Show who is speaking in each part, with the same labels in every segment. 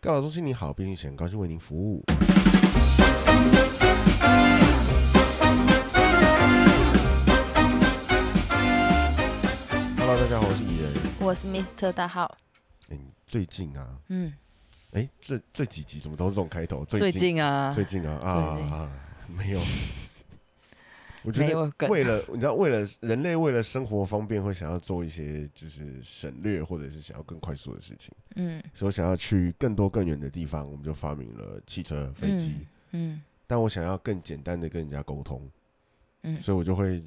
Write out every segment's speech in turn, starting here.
Speaker 1: 告老中心，你好，编辑很高兴为您服务。Hello，大家好，我是蚁人。
Speaker 2: 我是 Mr 大号，
Speaker 1: 哎你最近啊，
Speaker 2: 嗯，
Speaker 1: 哎、这这几集怎么都是这种开头？最
Speaker 2: 最
Speaker 1: 近，
Speaker 2: 近啊
Speaker 1: 最，近啊啊
Speaker 2: 最近
Speaker 1: 啊，没 有。我觉
Speaker 2: 没
Speaker 1: 得
Speaker 2: 有梗，
Speaker 1: 为了你知道，为了人类为了生活方便，会想要做一些就是省略，或者是想要更快速的事情。
Speaker 2: 嗯
Speaker 1: 所以我想要去更多更远的地方，我们就发明了汽车、飞机。
Speaker 2: 嗯嗯
Speaker 1: 但我想要更简单的跟人家沟通，
Speaker 2: 嗯
Speaker 1: 所以我就会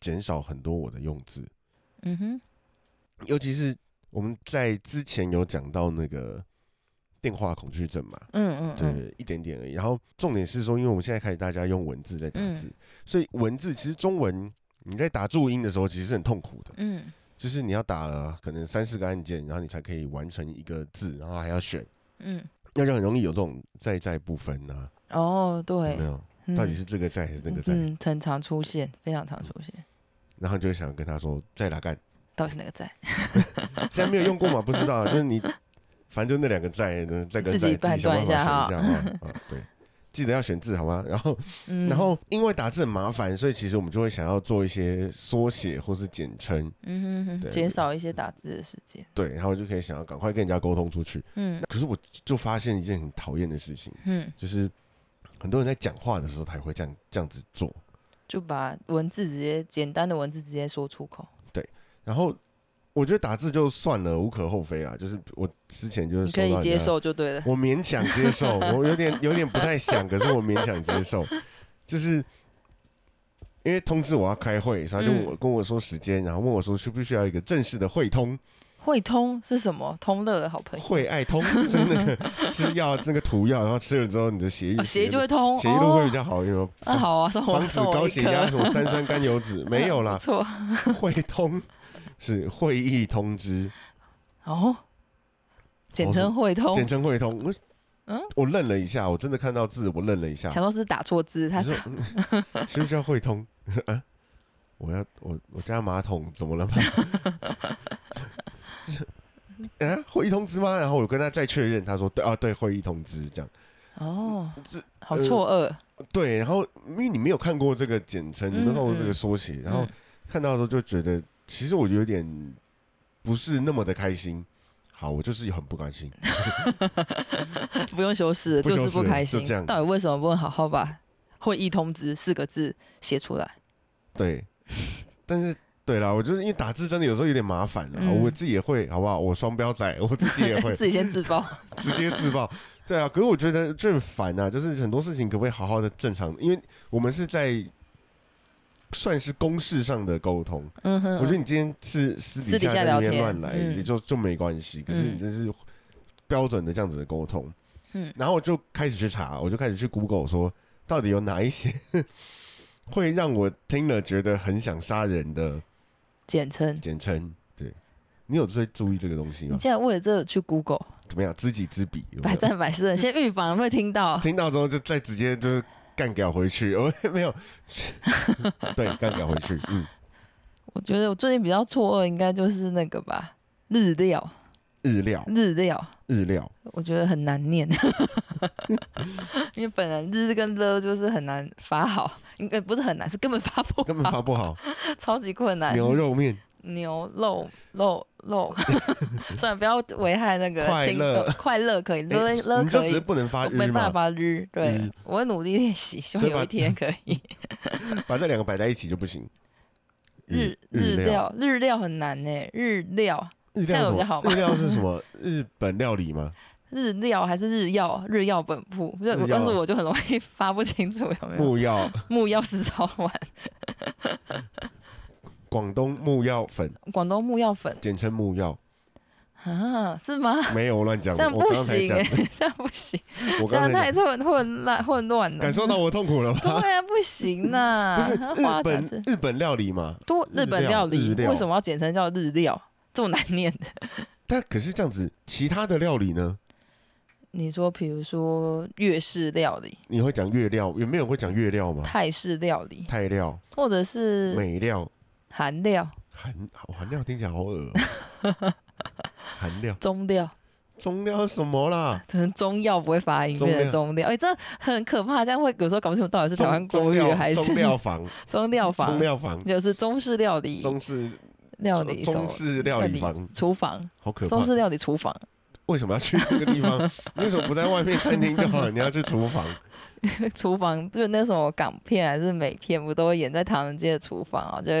Speaker 1: 减少很多我的用字，
Speaker 2: 嗯哼，
Speaker 1: 尤其是我们在之前有讲到那个电话恐惧症嘛，
Speaker 2: 嗯嗯
Speaker 1: 对，
Speaker 2: 嗯，
Speaker 1: 一点点而已。然后重点是说，因为我们现在开始大家用文字在打字，
Speaker 2: 嗯
Speaker 1: 所以文字其实中文你在打注音的时候其实是很痛苦的，
Speaker 2: 嗯
Speaker 1: 就是你要打了可能三四个按键，然后你才可以完成一个字，然后还要选，
Speaker 2: 嗯，
Speaker 1: 那就很容易有这种在在不分啊，
Speaker 2: 哦，
Speaker 1: 有
Speaker 2: 对
Speaker 1: 没，有？
Speaker 2: 嗯
Speaker 1: 到底是这个在还是那个在？嗯
Speaker 2: 嗯，很常出现，非常常出现，
Speaker 1: 然后就会想跟他说在哪干，
Speaker 2: 倒是那个在
Speaker 1: 现在没有用过嘛，不知道，啊 就是你反正就那两个在，再跟
Speaker 2: 自己判断
Speaker 1: 一
Speaker 2: 一
Speaker 1: 下
Speaker 2: 下
Speaker 1: 好
Speaker 2: 哈
Speaker 1: 不好，啊对，记得要选字好吗？ 然后，
Speaker 2: 嗯，
Speaker 1: 然后因为打字很麻烦，所以其实我们就会想要做一些缩写或是简称，
Speaker 2: 嗯哼哼
Speaker 1: 对
Speaker 2: 哼，减少一些打字的时间，
Speaker 1: 对，然后就可以想要赶快跟人家沟通出去。
Speaker 2: 嗯
Speaker 1: 可是我就发现一件很讨厌的事情，
Speaker 2: 嗯，
Speaker 1: 就是很多人在讲话的时候才会这样这样子做，
Speaker 2: 就把文字直接简单的文字直接说出口，
Speaker 1: 然后。我觉得打字就算了，无可厚非啦。就是我之前就是
Speaker 2: 你
Speaker 1: 收到
Speaker 2: 可以
Speaker 1: 人
Speaker 2: 接
Speaker 1: 家
Speaker 2: 受就对了，
Speaker 1: 我勉强接受，我有点有点不太想，可是我勉强接受，就是因为通知我要开会，所以他
Speaker 2: 嗯
Speaker 1: 就问我、跟我说时间，然后问我说需不需要一个正式的会通
Speaker 2: 会通是什么？通乐的好朋友，
Speaker 1: 会爱通，就是那个吃药那个涂药，然后吃了之后你的血液
Speaker 2: 哦血液就会通，
Speaker 1: 血液路会
Speaker 2: 哦
Speaker 1: 比较好，有没有
Speaker 2: 那好 啊，送
Speaker 1: 防
Speaker 2: 我
Speaker 1: 止
Speaker 2: 送
Speaker 1: 高
Speaker 2: 我一
Speaker 1: 血压
Speaker 2: 颗，
Speaker 1: 什么三酸甘油脂没有啦
Speaker 2: 不，错
Speaker 1: 会通是会议通知，
Speaker 2: 哦，简
Speaker 1: 我
Speaker 2: 称会通
Speaker 1: 哦简，称会通。我
Speaker 2: 嗯
Speaker 1: 我愣了一下，我真的看到字我愣了一下，
Speaker 2: 想说是打错字，他
Speaker 1: 你说
Speaker 2: 是
Speaker 1: 嗯需不需要汇通？啊，我要我我家马桶怎么了吗？ 啊，会议通知吗？然后我跟他再确认，他说对啊，对，会议通知这样。
Speaker 2: 哦
Speaker 1: 这，呃
Speaker 2: 好错愕，
Speaker 1: 对，然后因为你没有看过这个简称，你没有看过这个缩写，然后
Speaker 2: 嗯
Speaker 1: 看到的时候就觉得，其实我有点不是那么的开心。好，我就是很不甘心，
Speaker 2: 不用修饰，
Speaker 1: 不修
Speaker 2: 就
Speaker 1: 饰
Speaker 2: 是不开
Speaker 1: 就
Speaker 2: 心
Speaker 1: 这样。
Speaker 2: 到底为什么不能好好把“会议通知”四个字写出来？
Speaker 1: 对，但是对啦，我就是因为打字真的有时候有点麻烦啦，啊
Speaker 2: 嗯
Speaker 1: 我自己也会，好不好？我双标仔，我自己也会，
Speaker 2: 自己先自 爆。
Speaker 1: 直接自爆。 对啊，可是我觉得就很烦啊，就是很多事情可不可以好好的正常？因为我们是在算是公事上的沟通，
Speaker 2: 嗯哼，
Speaker 1: 我觉得你今天是私
Speaker 2: 私
Speaker 1: 底
Speaker 2: 底
Speaker 1: 下在
Speaker 2: 下
Speaker 1: 那
Speaker 2: 聊
Speaker 1: 边
Speaker 2: 天
Speaker 1: 乱来，
Speaker 2: 嗯
Speaker 1: 也就就没关系。可是你这是标准的这样子的沟通，
Speaker 2: 嗯
Speaker 1: 然后我就开始去查，我就开始去 Google 说，到底有哪一些 会让我听了觉得很想杀人的
Speaker 2: 简称。
Speaker 1: 简称？对你有最注意这个东西
Speaker 2: 你
Speaker 1: 吗？
Speaker 2: 竟然为了这个去 Google
Speaker 1: 怎么样，知己知彼？有没有
Speaker 2: 百战百胜，先预防会听到。
Speaker 1: 听到之后就再直接就是干掉回去， 我也没有，对，干掉回去，嗯，
Speaker 2: 我觉得我最近比较错愕，应该就是那个吧，日料，
Speaker 1: 日料，
Speaker 2: 日料，
Speaker 1: 日料，
Speaker 2: 我觉得很难念， 因为本来日跟了就是很难发好，应该不是很难，是根本发不
Speaker 1: 根本
Speaker 2: 好，
Speaker 1: 发不 好，
Speaker 2: 超级困难。
Speaker 1: 牛肉面，
Speaker 2: 牛肉肉 肉，算了，不要危害那个
Speaker 1: 快
Speaker 2: 听
Speaker 1: 乐
Speaker 2: 众。快乐可以，乐
Speaker 1: 诶
Speaker 2: 乐
Speaker 1: 你就
Speaker 2: 可
Speaker 1: 只是
Speaker 2: 以，
Speaker 1: 不能发
Speaker 2: 我
Speaker 1: 日
Speaker 2: 没办
Speaker 1: 嘛，
Speaker 2: 法日。对
Speaker 1: 日，
Speaker 2: 我会努力练习，希望
Speaker 1: 所以把
Speaker 2: 有一天可以。
Speaker 1: 把这两个摆在一起就不行。
Speaker 2: 日
Speaker 1: 日
Speaker 2: 日，料日料很难呢，日料
Speaker 1: 日
Speaker 2: 这样
Speaker 1: 料
Speaker 2: 有
Speaker 1: 是什
Speaker 2: 比较
Speaker 1: 么
Speaker 2: 好吗
Speaker 1: 日料是什么？日本料理吗？
Speaker 2: 日料还是日药日药本铺，就
Speaker 1: 日药
Speaker 2: 但是我就很容易发不清楚有没有
Speaker 1: 木药，
Speaker 2: 木药是超碗，
Speaker 1: 广东木药粉，
Speaker 2: 广东木药粉
Speaker 1: 简称木药，
Speaker 2: 啊，是吗？
Speaker 1: 没有我乱讲，
Speaker 2: 这样
Speaker 1: 哎我
Speaker 2: 不
Speaker 1: 刚才
Speaker 2: 行
Speaker 1: 讲
Speaker 2: 哎，， 这样不行，
Speaker 1: 我
Speaker 2: 这样
Speaker 1: 刚才
Speaker 2: 太
Speaker 1: 讲
Speaker 2: 混混乱混乱了
Speaker 1: 感。受到我痛苦了吧？
Speaker 2: 对啊，不行呐、
Speaker 1: 不是
Speaker 2: 还要花
Speaker 1: 日
Speaker 2: 钱吃
Speaker 1: 本日本料理嘛？
Speaker 2: 多
Speaker 1: 日
Speaker 2: 日本
Speaker 1: 料
Speaker 2: 料理
Speaker 1: 日料
Speaker 2: 为什么要简称叫日料？这么难念的？
Speaker 1: 但可是这样子，其他的料理呢？
Speaker 2: 你说，比如说粤式料理、
Speaker 1: 你会讲月料？有没有人会讲月料吗？
Speaker 2: 泰式料理，
Speaker 1: 泰料、
Speaker 2: 或者是
Speaker 1: 美料、
Speaker 2: 韩料、
Speaker 1: 韩韩料听起来好恶哦、韩料、
Speaker 2: 中料、
Speaker 1: 中料是什么 啦？
Speaker 2: 可能中药不会发音，变成中料，哎、这很可怕，这样会有时候搞不清楚到底是台湾
Speaker 1: 中中
Speaker 2: 国语
Speaker 1: 料
Speaker 2: 还是
Speaker 1: 中料房？
Speaker 2: 中料
Speaker 1: 中
Speaker 2: 房，
Speaker 1: 料房，
Speaker 2: 就是中式料理
Speaker 1: 中式
Speaker 2: 料理什么
Speaker 1: 中式料理房，
Speaker 2: 厨房，
Speaker 1: 好可怕
Speaker 2: 中！式料理厨房，
Speaker 1: 为什么要去那个地方？为什么不在外面餐厅就 好了？你要去厨房？
Speaker 2: 厨房就是那什么港片还是美片，不都会演在唐人街的厨房啊？就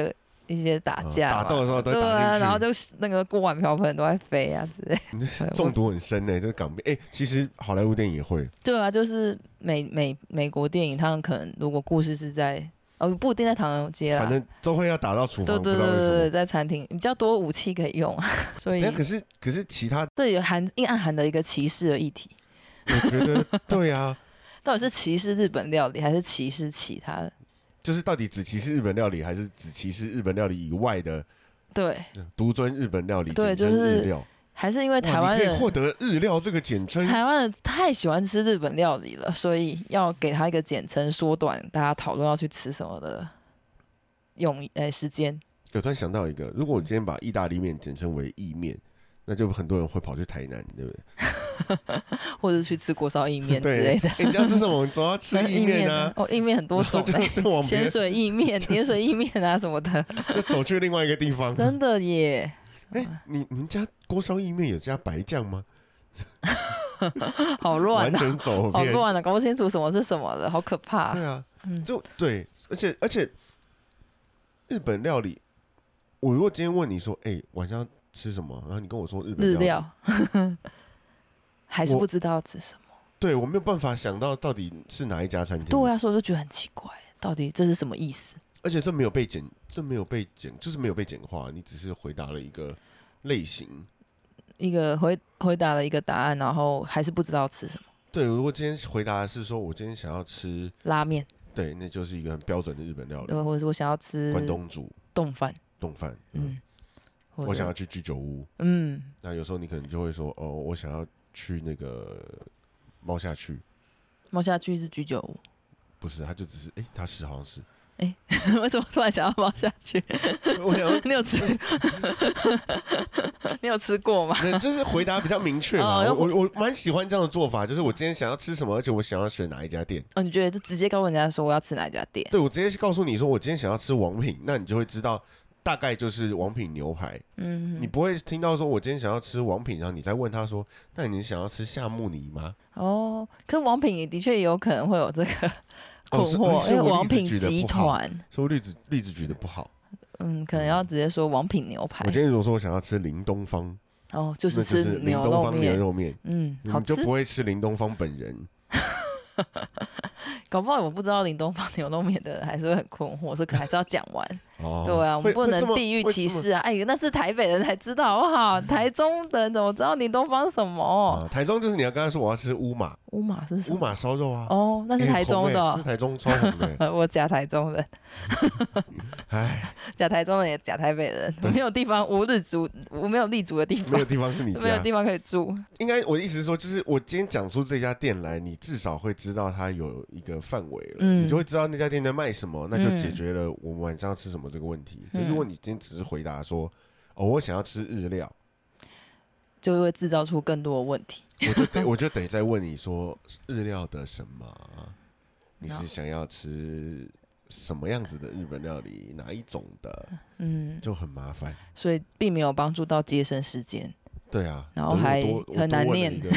Speaker 2: 一些打
Speaker 1: 啊
Speaker 2: 架嘛、
Speaker 1: 打斗的时候都会
Speaker 2: 对
Speaker 1: 打进
Speaker 2: 啊，
Speaker 1: 去
Speaker 2: 然后就是那个锅碗瓢盆都在飞啊之类。
Speaker 1: 中毒很深呢、就是港片。哎、其实好莱坞电影也会，
Speaker 2: 对啊，就是美美美国电影，他们可能如果故事是在哦不一定在唐人街啦
Speaker 1: 反，正都会要打到厨
Speaker 2: 对
Speaker 1: 房，
Speaker 2: 对
Speaker 1: 不
Speaker 2: 对
Speaker 1: 知道为
Speaker 2: 对
Speaker 1: 什
Speaker 2: 对，
Speaker 1: 么。
Speaker 2: 在餐厅比较多武器可以用啊， 所以
Speaker 1: 但可是可是其他，
Speaker 2: 这也含硬暗含的一个歧视的议题，
Speaker 1: 我觉得 对啊，
Speaker 2: 到底是歧视日本料理还是歧视其他的？
Speaker 1: 就是到底只歧视日本料理，还是只歧视日本料理以外的
Speaker 2: 对，
Speaker 1: 独尊日本料理？
Speaker 2: 对
Speaker 1: 简称
Speaker 2: 就是
Speaker 1: 日料。
Speaker 2: 还是因为台
Speaker 1: 哇
Speaker 2: 湾
Speaker 1: 你可
Speaker 2: 人
Speaker 1: 以获得日料这个简称，
Speaker 2: 台湾人太喜欢吃日本料理了，所以要给他一个简称缩短，大家讨论要去吃什么的用呃时间。
Speaker 1: 有突然想到一个，如果我今天把意大利面简称为意面，那就很多人会跑去台南，对不对？
Speaker 2: 或者去吃锅烧意面之
Speaker 1: 对，
Speaker 2: 类的。
Speaker 1: 诶你要吃什么？总要吃 意面啊，
Speaker 2: 哦，意面很多
Speaker 1: 然后
Speaker 2: 种
Speaker 1: 就
Speaker 2: 嘞，
Speaker 1: 就往别
Speaker 2: 咸
Speaker 1: 的
Speaker 2: 水意面、盐水意面啊什 么的，
Speaker 1: 就走去另外一个地方。
Speaker 2: 真的耶。
Speaker 1: 哎、你你们家锅烧意面有加白酱吗？
Speaker 2: 好乱
Speaker 1: 完
Speaker 2: 啊，
Speaker 1: 全走
Speaker 2: 好
Speaker 1: 偏。
Speaker 2: 乱啊，搞不清楚什么是什么的，好可 怕。
Speaker 1: 对啊，
Speaker 2: 嗯
Speaker 1: 就对，而且而且日本料理，我如果今天问你说，哎、晚上要吃什么？然后你跟我说日本
Speaker 2: 日
Speaker 1: 料理，
Speaker 2: 料 还是
Speaker 1: 我
Speaker 2: 不知道要吃什么。
Speaker 1: 对我没有办法想到到底是哪一家餐厅。
Speaker 2: 对啊，所以我就觉得很奇怪，到底这是什么意思？
Speaker 1: 而且这没有被简，这没有被简，就是没有被简化，你只是回答了一个类型。
Speaker 2: 一个回回答了一个答案，然后还是不知道吃什么
Speaker 1: 对，如果今天回答的是说我今天想要吃，
Speaker 2: 拉面，
Speaker 1: 对，那就是一个很标准的日本料理，
Speaker 2: 对，或者是我想要吃
Speaker 1: 关东煮、
Speaker 2: 冻饭，
Speaker 1: 冻饭。嗯，
Speaker 2: 嗯，或者
Speaker 1: 我想要去居酒屋。
Speaker 2: 嗯，
Speaker 1: 那有时候你可能就会说，哦，我想要去那个猫下去，
Speaker 2: 猫下去是居酒屋，
Speaker 1: 不是，他就只是，哎、他是好像是，
Speaker 2: 为什么突然想要猫下去？
Speaker 1: 我想要
Speaker 2: 你有吃？ 你有吃过吗？
Speaker 1: 那就是回答比较明确嘛。
Speaker 2: 哦
Speaker 1: 我我我蛮喜欢这样的做法，就是我今天想要吃什么，而且我想要选哪一家店。
Speaker 2: 哦，你觉得就直接告诉人家说我要吃哪一家店？
Speaker 1: 对我直接告诉你说，我今天想要吃王品，那你就会知道。大概就是王品牛排，你
Speaker 2: 嗯，
Speaker 1: 不会听到说我今天想要吃王品，然后你再问他说，那你想要吃夏目尼吗？
Speaker 2: 哦，可是王品也的确有可能会有这个困
Speaker 1: 哦是
Speaker 2: 惑，
Speaker 1: 是
Speaker 2: 因为
Speaker 1: 我例子
Speaker 2: 王品
Speaker 1: 举得
Speaker 2: 集
Speaker 1: 不好
Speaker 2: 团，
Speaker 1: 所以我例子例子举的不好，
Speaker 2: 嗯，可能要直接说王品牛排
Speaker 1: 我，今天如果说我想要吃林东方，
Speaker 2: 哦，哎就
Speaker 1: 那
Speaker 2: 是
Speaker 1: 就
Speaker 2: 吃
Speaker 1: 是林
Speaker 2: 牛
Speaker 1: 东
Speaker 2: 肉
Speaker 1: 方牛
Speaker 2: 面，
Speaker 1: 肉面，
Speaker 2: 嗯，
Speaker 1: 你
Speaker 2: 好
Speaker 1: 就
Speaker 2: 吃。
Speaker 1: 不会吃林东方本人。
Speaker 2: 搞不好我不知道林东方牛肉面的人还是会很困惑，所以可还是要讲完。
Speaker 1: 哦，
Speaker 2: 对啊，我们
Speaker 1: 会
Speaker 2: 不能地域
Speaker 1: 会
Speaker 2: 歧。
Speaker 1: 这么会这么嗯
Speaker 2: 视啊！哎，那是台北人才知道好不好？台中的人怎么知道林东方什么？
Speaker 1: 啊，台中就是你要跟他说我要吃乌马
Speaker 2: 乌马哦是什
Speaker 1: 乌
Speaker 2: 么？
Speaker 1: 马烧肉啊，
Speaker 2: 哦，那是
Speaker 1: 哎
Speaker 2: 台中
Speaker 1: 红
Speaker 2: 的
Speaker 1: 欸那
Speaker 2: 哦。，
Speaker 1: 台中超红的欸
Speaker 2: 我假台中人，
Speaker 1: 哎，
Speaker 2: 假台中人也假台北人，
Speaker 1: 对
Speaker 2: 没有地方无日族，我没有立足的地
Speaker 1: 没
Speaker 2: 方
Speaker 1: 有，地方是你
Speaker 2: 没有
Speaker 1: 家。
Speaker 2: 地方可以住。
Speaker 1: 应该我的意思是说，就是我今天讲出这家店来，你至少会知道它有一个范围了，
Speaker 2: 嗯
Speaker 1: 你就会知道那家店在卖什么，那就
Speaker 2: 嗯
Speaker 1: 解决了我们晚上要吃什么这个问题。可
Speaker 2: 嗯
Speaker 1: 是如果你今天只是回答说，哦，我想要吃日料，
Speaker 2: 就会制造出更多的问题。
Speaker 1: 我就 得我就得再问你说日料的什么？你
Speaker 2: 然后
Speaker 1: 是想要吃什么样子的日本料理？哪一种的？
Speaker 2: 嗯，
Speaker 1: 就很麻烦。
Speaker 2: 所以并没有帮助到节省时间。
Speaker 1: 对啊，
Speaker 2: 然后
Speaker 1: 等于我
Speaker 2: 还
Speaker 1: 多我
Speaker 2: 很
Speaker 1: 多
Speaker 2: 难
Speaker 1: 问了
Speaker 2: 念
Speaker 1: 一个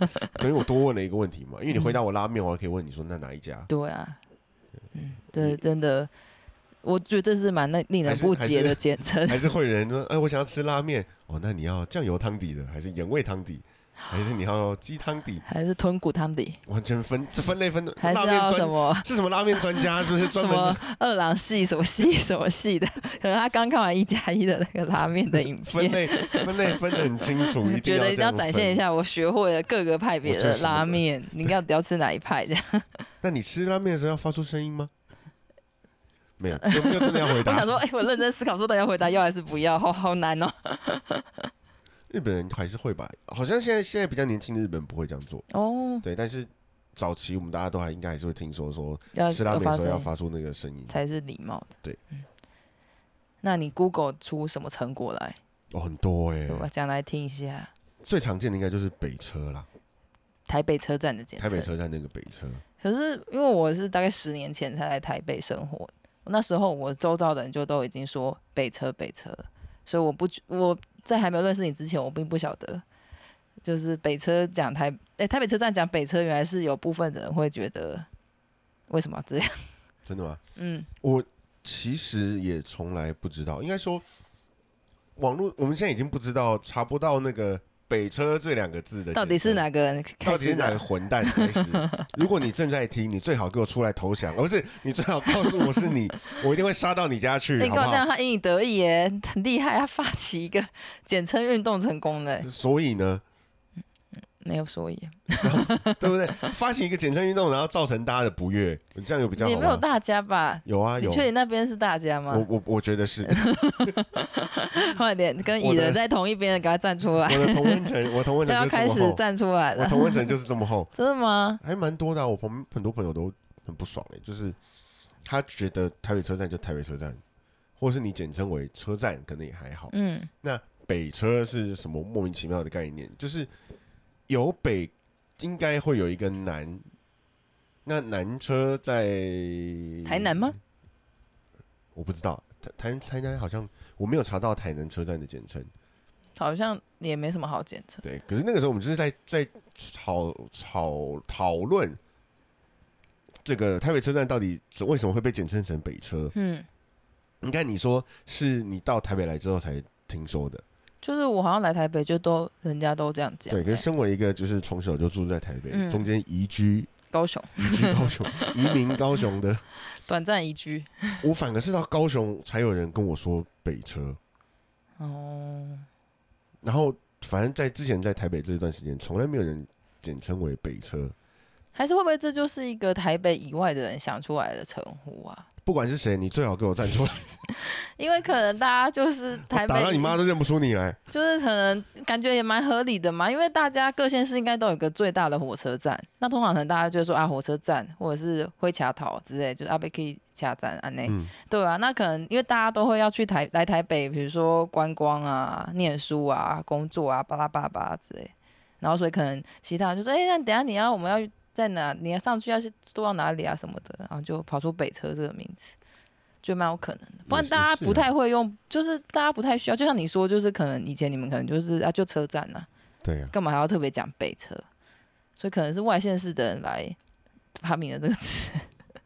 Speaker 1: 对等于我多问了一个问题嘛，因为你回答我拉面，我还可以问你说那哪一家？
Speaker 2: 对啊，嗯，对，真的，我觉得这是蛮那令人
Speaker 1: 还是
Speaker 2: 不
Speaker 1: 还
Speaker 2: 解
Speaker 1: 是
Speaker 2: 的简称。
Speaker 1: 还是会有人说，哎，我想要吃拉面，哦，那你要酱油汤底的，还是盐味汤底，还是你要鸡汤底？
Speaker 2: 还是豚骨汤底，
Speaker 1: 完全分这分类分的，
Speaker 2: 还
Speaker 1: 拉
Speaker 2: 是
Speaker 1: 面
Speaker 2: 要什
Speaker 1: 专
Speaker 2: 么
Speaker 1: 是什么拉面专家？是不是
Speaker 2: 什
Speaker 1: 专门
Speaker 2: 么二郎系什么系什么系的？可能他刚看完一加一的那个拉面的影
Speaker 1: 分
Speaker 2: 片，
Speaker 1: 类分类分的很清 楚？一定
Speaker 2: 觉得一定要
Speaker 1: 这样
Speaker 2: 展现一
Speaker 1: 分
Speaker 2: 下我学会了各个派别
Speaker 1: 我就
Speaker 2: 的
Speaker 1: 是
Speaker 2: 拉
Speaker 1: 那个
Speaker 2: 面，你要要吃哪一 派这样？
Speaker 1: 那你吃拉面的时候要发出声音 吗？没有，有没有真的要回
Speaker 2: 我
Speaker 1: 答
Speaker 2: 想？说，哎、我认真思考说大家回答要还是不要，好好 难哦。
Speaker 1: 日本人还是会吧，好像现在现在比较年轻的日本不会这样做，
Speaker 2: 哦，
Speaker 1: 对。但是早期我们大家都还应该还是会听说说
Speaker 2: 要
Speaker 1: 吃拉
Speaker 2: 要
Speaker 1: 面的
Speaker 2: 发
Speaker 1: 时候要
Speaker 2: 生
Speaker 1: 发出那个声音，
Speaker 2: 才是礼貌的。
Speaker 1: 对，
Speaker 2: 嗯。那你 Google 出什么成果来？
Speaker 1: 哦，很多哎、
Speaker 2: 我讲来听一下。
Speaker 1: 最常见的应该就是北车啦，
Speaker 2: 台北车站的简
Speaker 1: 台
Speaker 2: 称。
Speaker 1: 北车站那个北车。
Speaker 2: 可是因为我是大概十年前才来台北生活，那时候我周遭的人就都已经说北车北车了，所以我不我在还没有认识你之前，我并不晓得，就是北车讲台诶、台北车站讲北车，原来是有部分人会觉得为什么要这样？
Speaker 1: 真的吗？
Speaker 2: 嗯，
Speaker 1: 我其实也从来不知道，应该说，网络我们现在已经不知道查不到那个“北车”这两个字的，
Speaker 2: 到底是？哪个人
Speaker 1: 到
Speaker 2: 开
Speaker 1: 底是
Speaker 2: 始
Speaker 1: 哪个
Speaker 2: 的？
Speaker 1: 混蛋开始？如果你正在听，你最好给我出来投降，而、不是你最好告诉我是你，我一定会杀到你家 去，
Speaker 2: 那
Speaker 1: 好
Speaker 2: 个
Speaker 1: 不
Speaker 2: 让
Speaker 1: 好？
Speaker 2: 他引以得意耶，很厉害，他发起一个简称运动成功的耶，
Speaker 1: 所以呢，
Speaker 2: 没有所以，
Speaker 1: 对不对？发起一个简称运动，然后造成大家的不悦，这样有比较
Speaker 2: 也
Speaker 1: 好
Speaker 2: 没有
Speaker 1: 吗？
Speaker 2: 大家吧？
Speaker 1: 有啊
Speaker 2: 你
Speaker 1: 有，
Speaker 2: 确定那边是大家吗？
Speaker 1: 我我我觉得是
Speaker 2: 快点，跟
Speaker 1: 我
Speaker 2: 蚁
Speaker 1: 的
Speaker 2: 人在同一边的，赶快站出来！
Speaker 1: 我的同温层，我同 温
Speaker 2: 他
Speaker 1: 层
Speaker 2: 要
Speaker 1: 就是
Speaker 2: 开
Speaker 1: 这么
Speaker 2: 始
Speaker 1: 厚，
Speaker 2: 站出来
Speaker 1: 我
Speaker 2: 了，
Speaker 1: 同温层就是这么厚。
Speaker 2: 真的吗？
Speaker 1: 还蛮多的啊、我朋很多朋友都很不爽哎、就是他觉得台北车站就台北车站，或是你简称为车站，可能也还好。
Speaker 2: 嗯，
Speaker 1: 北车是什么莫名其妙的概念？就是有北应该会有一个南，那南车在
Speaker 2: 台南吗？
Speaker 1: 我不知道，台台台南好像我没有查到台南车站的简称。
Speaker 2: 好像也没什么好检测。
Speaker 1: 对，可是那个时候我们就是在在吵吵讨论这个台北车站到底为什么会被简称成北车？
Speaker 2: 嗯，
Speaker 1: 你看你说是你到台北来之后才听说的，
Speaker 2: 就是我好像来台北就都人家都这样讲、
Speaker 1: 对。可是
Speaker 2: 欸
Speaker 1: 身为一个就是从小就住在台北，
Speaker 2: 嗯
Speaker 1: 中间移居
Speaker 2: 高雄
Speaker 1: 移居高雄、移民高雄的，
Speaker 2: 短暂移居。
Speaker 1: 我反而是到高雄才有人跟我说北车，
Speaker 2: 哦，
Speaker 1: 然后反正在之前在台北这段时间，从来没有人简称为北车。
Speaker 2: 还是会不会这就是一个台北以外的人想出来的称呼啊？
Speaker 1: 不管是谁，你最好给我站 出来，
Speaker 2: 因为可能大家就是台北
Speaker 1: 打到你妈都认不出你来。
Speaker 2: 就是可能感觉也蛮合理的嘛，因为大家各县市应该都有一个最大的火车站，那通常可能大家就会说啊火车站或者是灰卡桃之类，就是阿啊贝克卡站啊那，
Speaker 1: 嗯
Speaker 2: 对啊，那可能因为大家都会要去台来台北，比如说观光啊、念书啊、工作啊、巴拉巴拉巴拉之类，然后所以可能其他人就说，哎、那等一下你要我们要在哪？你要上去要去坐到哪里啊什么的，然后就跑出北车这个名字。就蛮有可能的，不然
Speaker 1: 也是
Speaker 2: 大家
Speaker 1: 是
Speaker 2: 不
Speaker 1: 啊
Speaker 2: 太会用，就是大家不太需要。就像你说，就是可能以前你们可能就是啊，就车站啊，
Speaker 1: 对呀、
Speaker 2: 干嘛还要特别讲北车？所以可能是外县市的人来发明了这个词，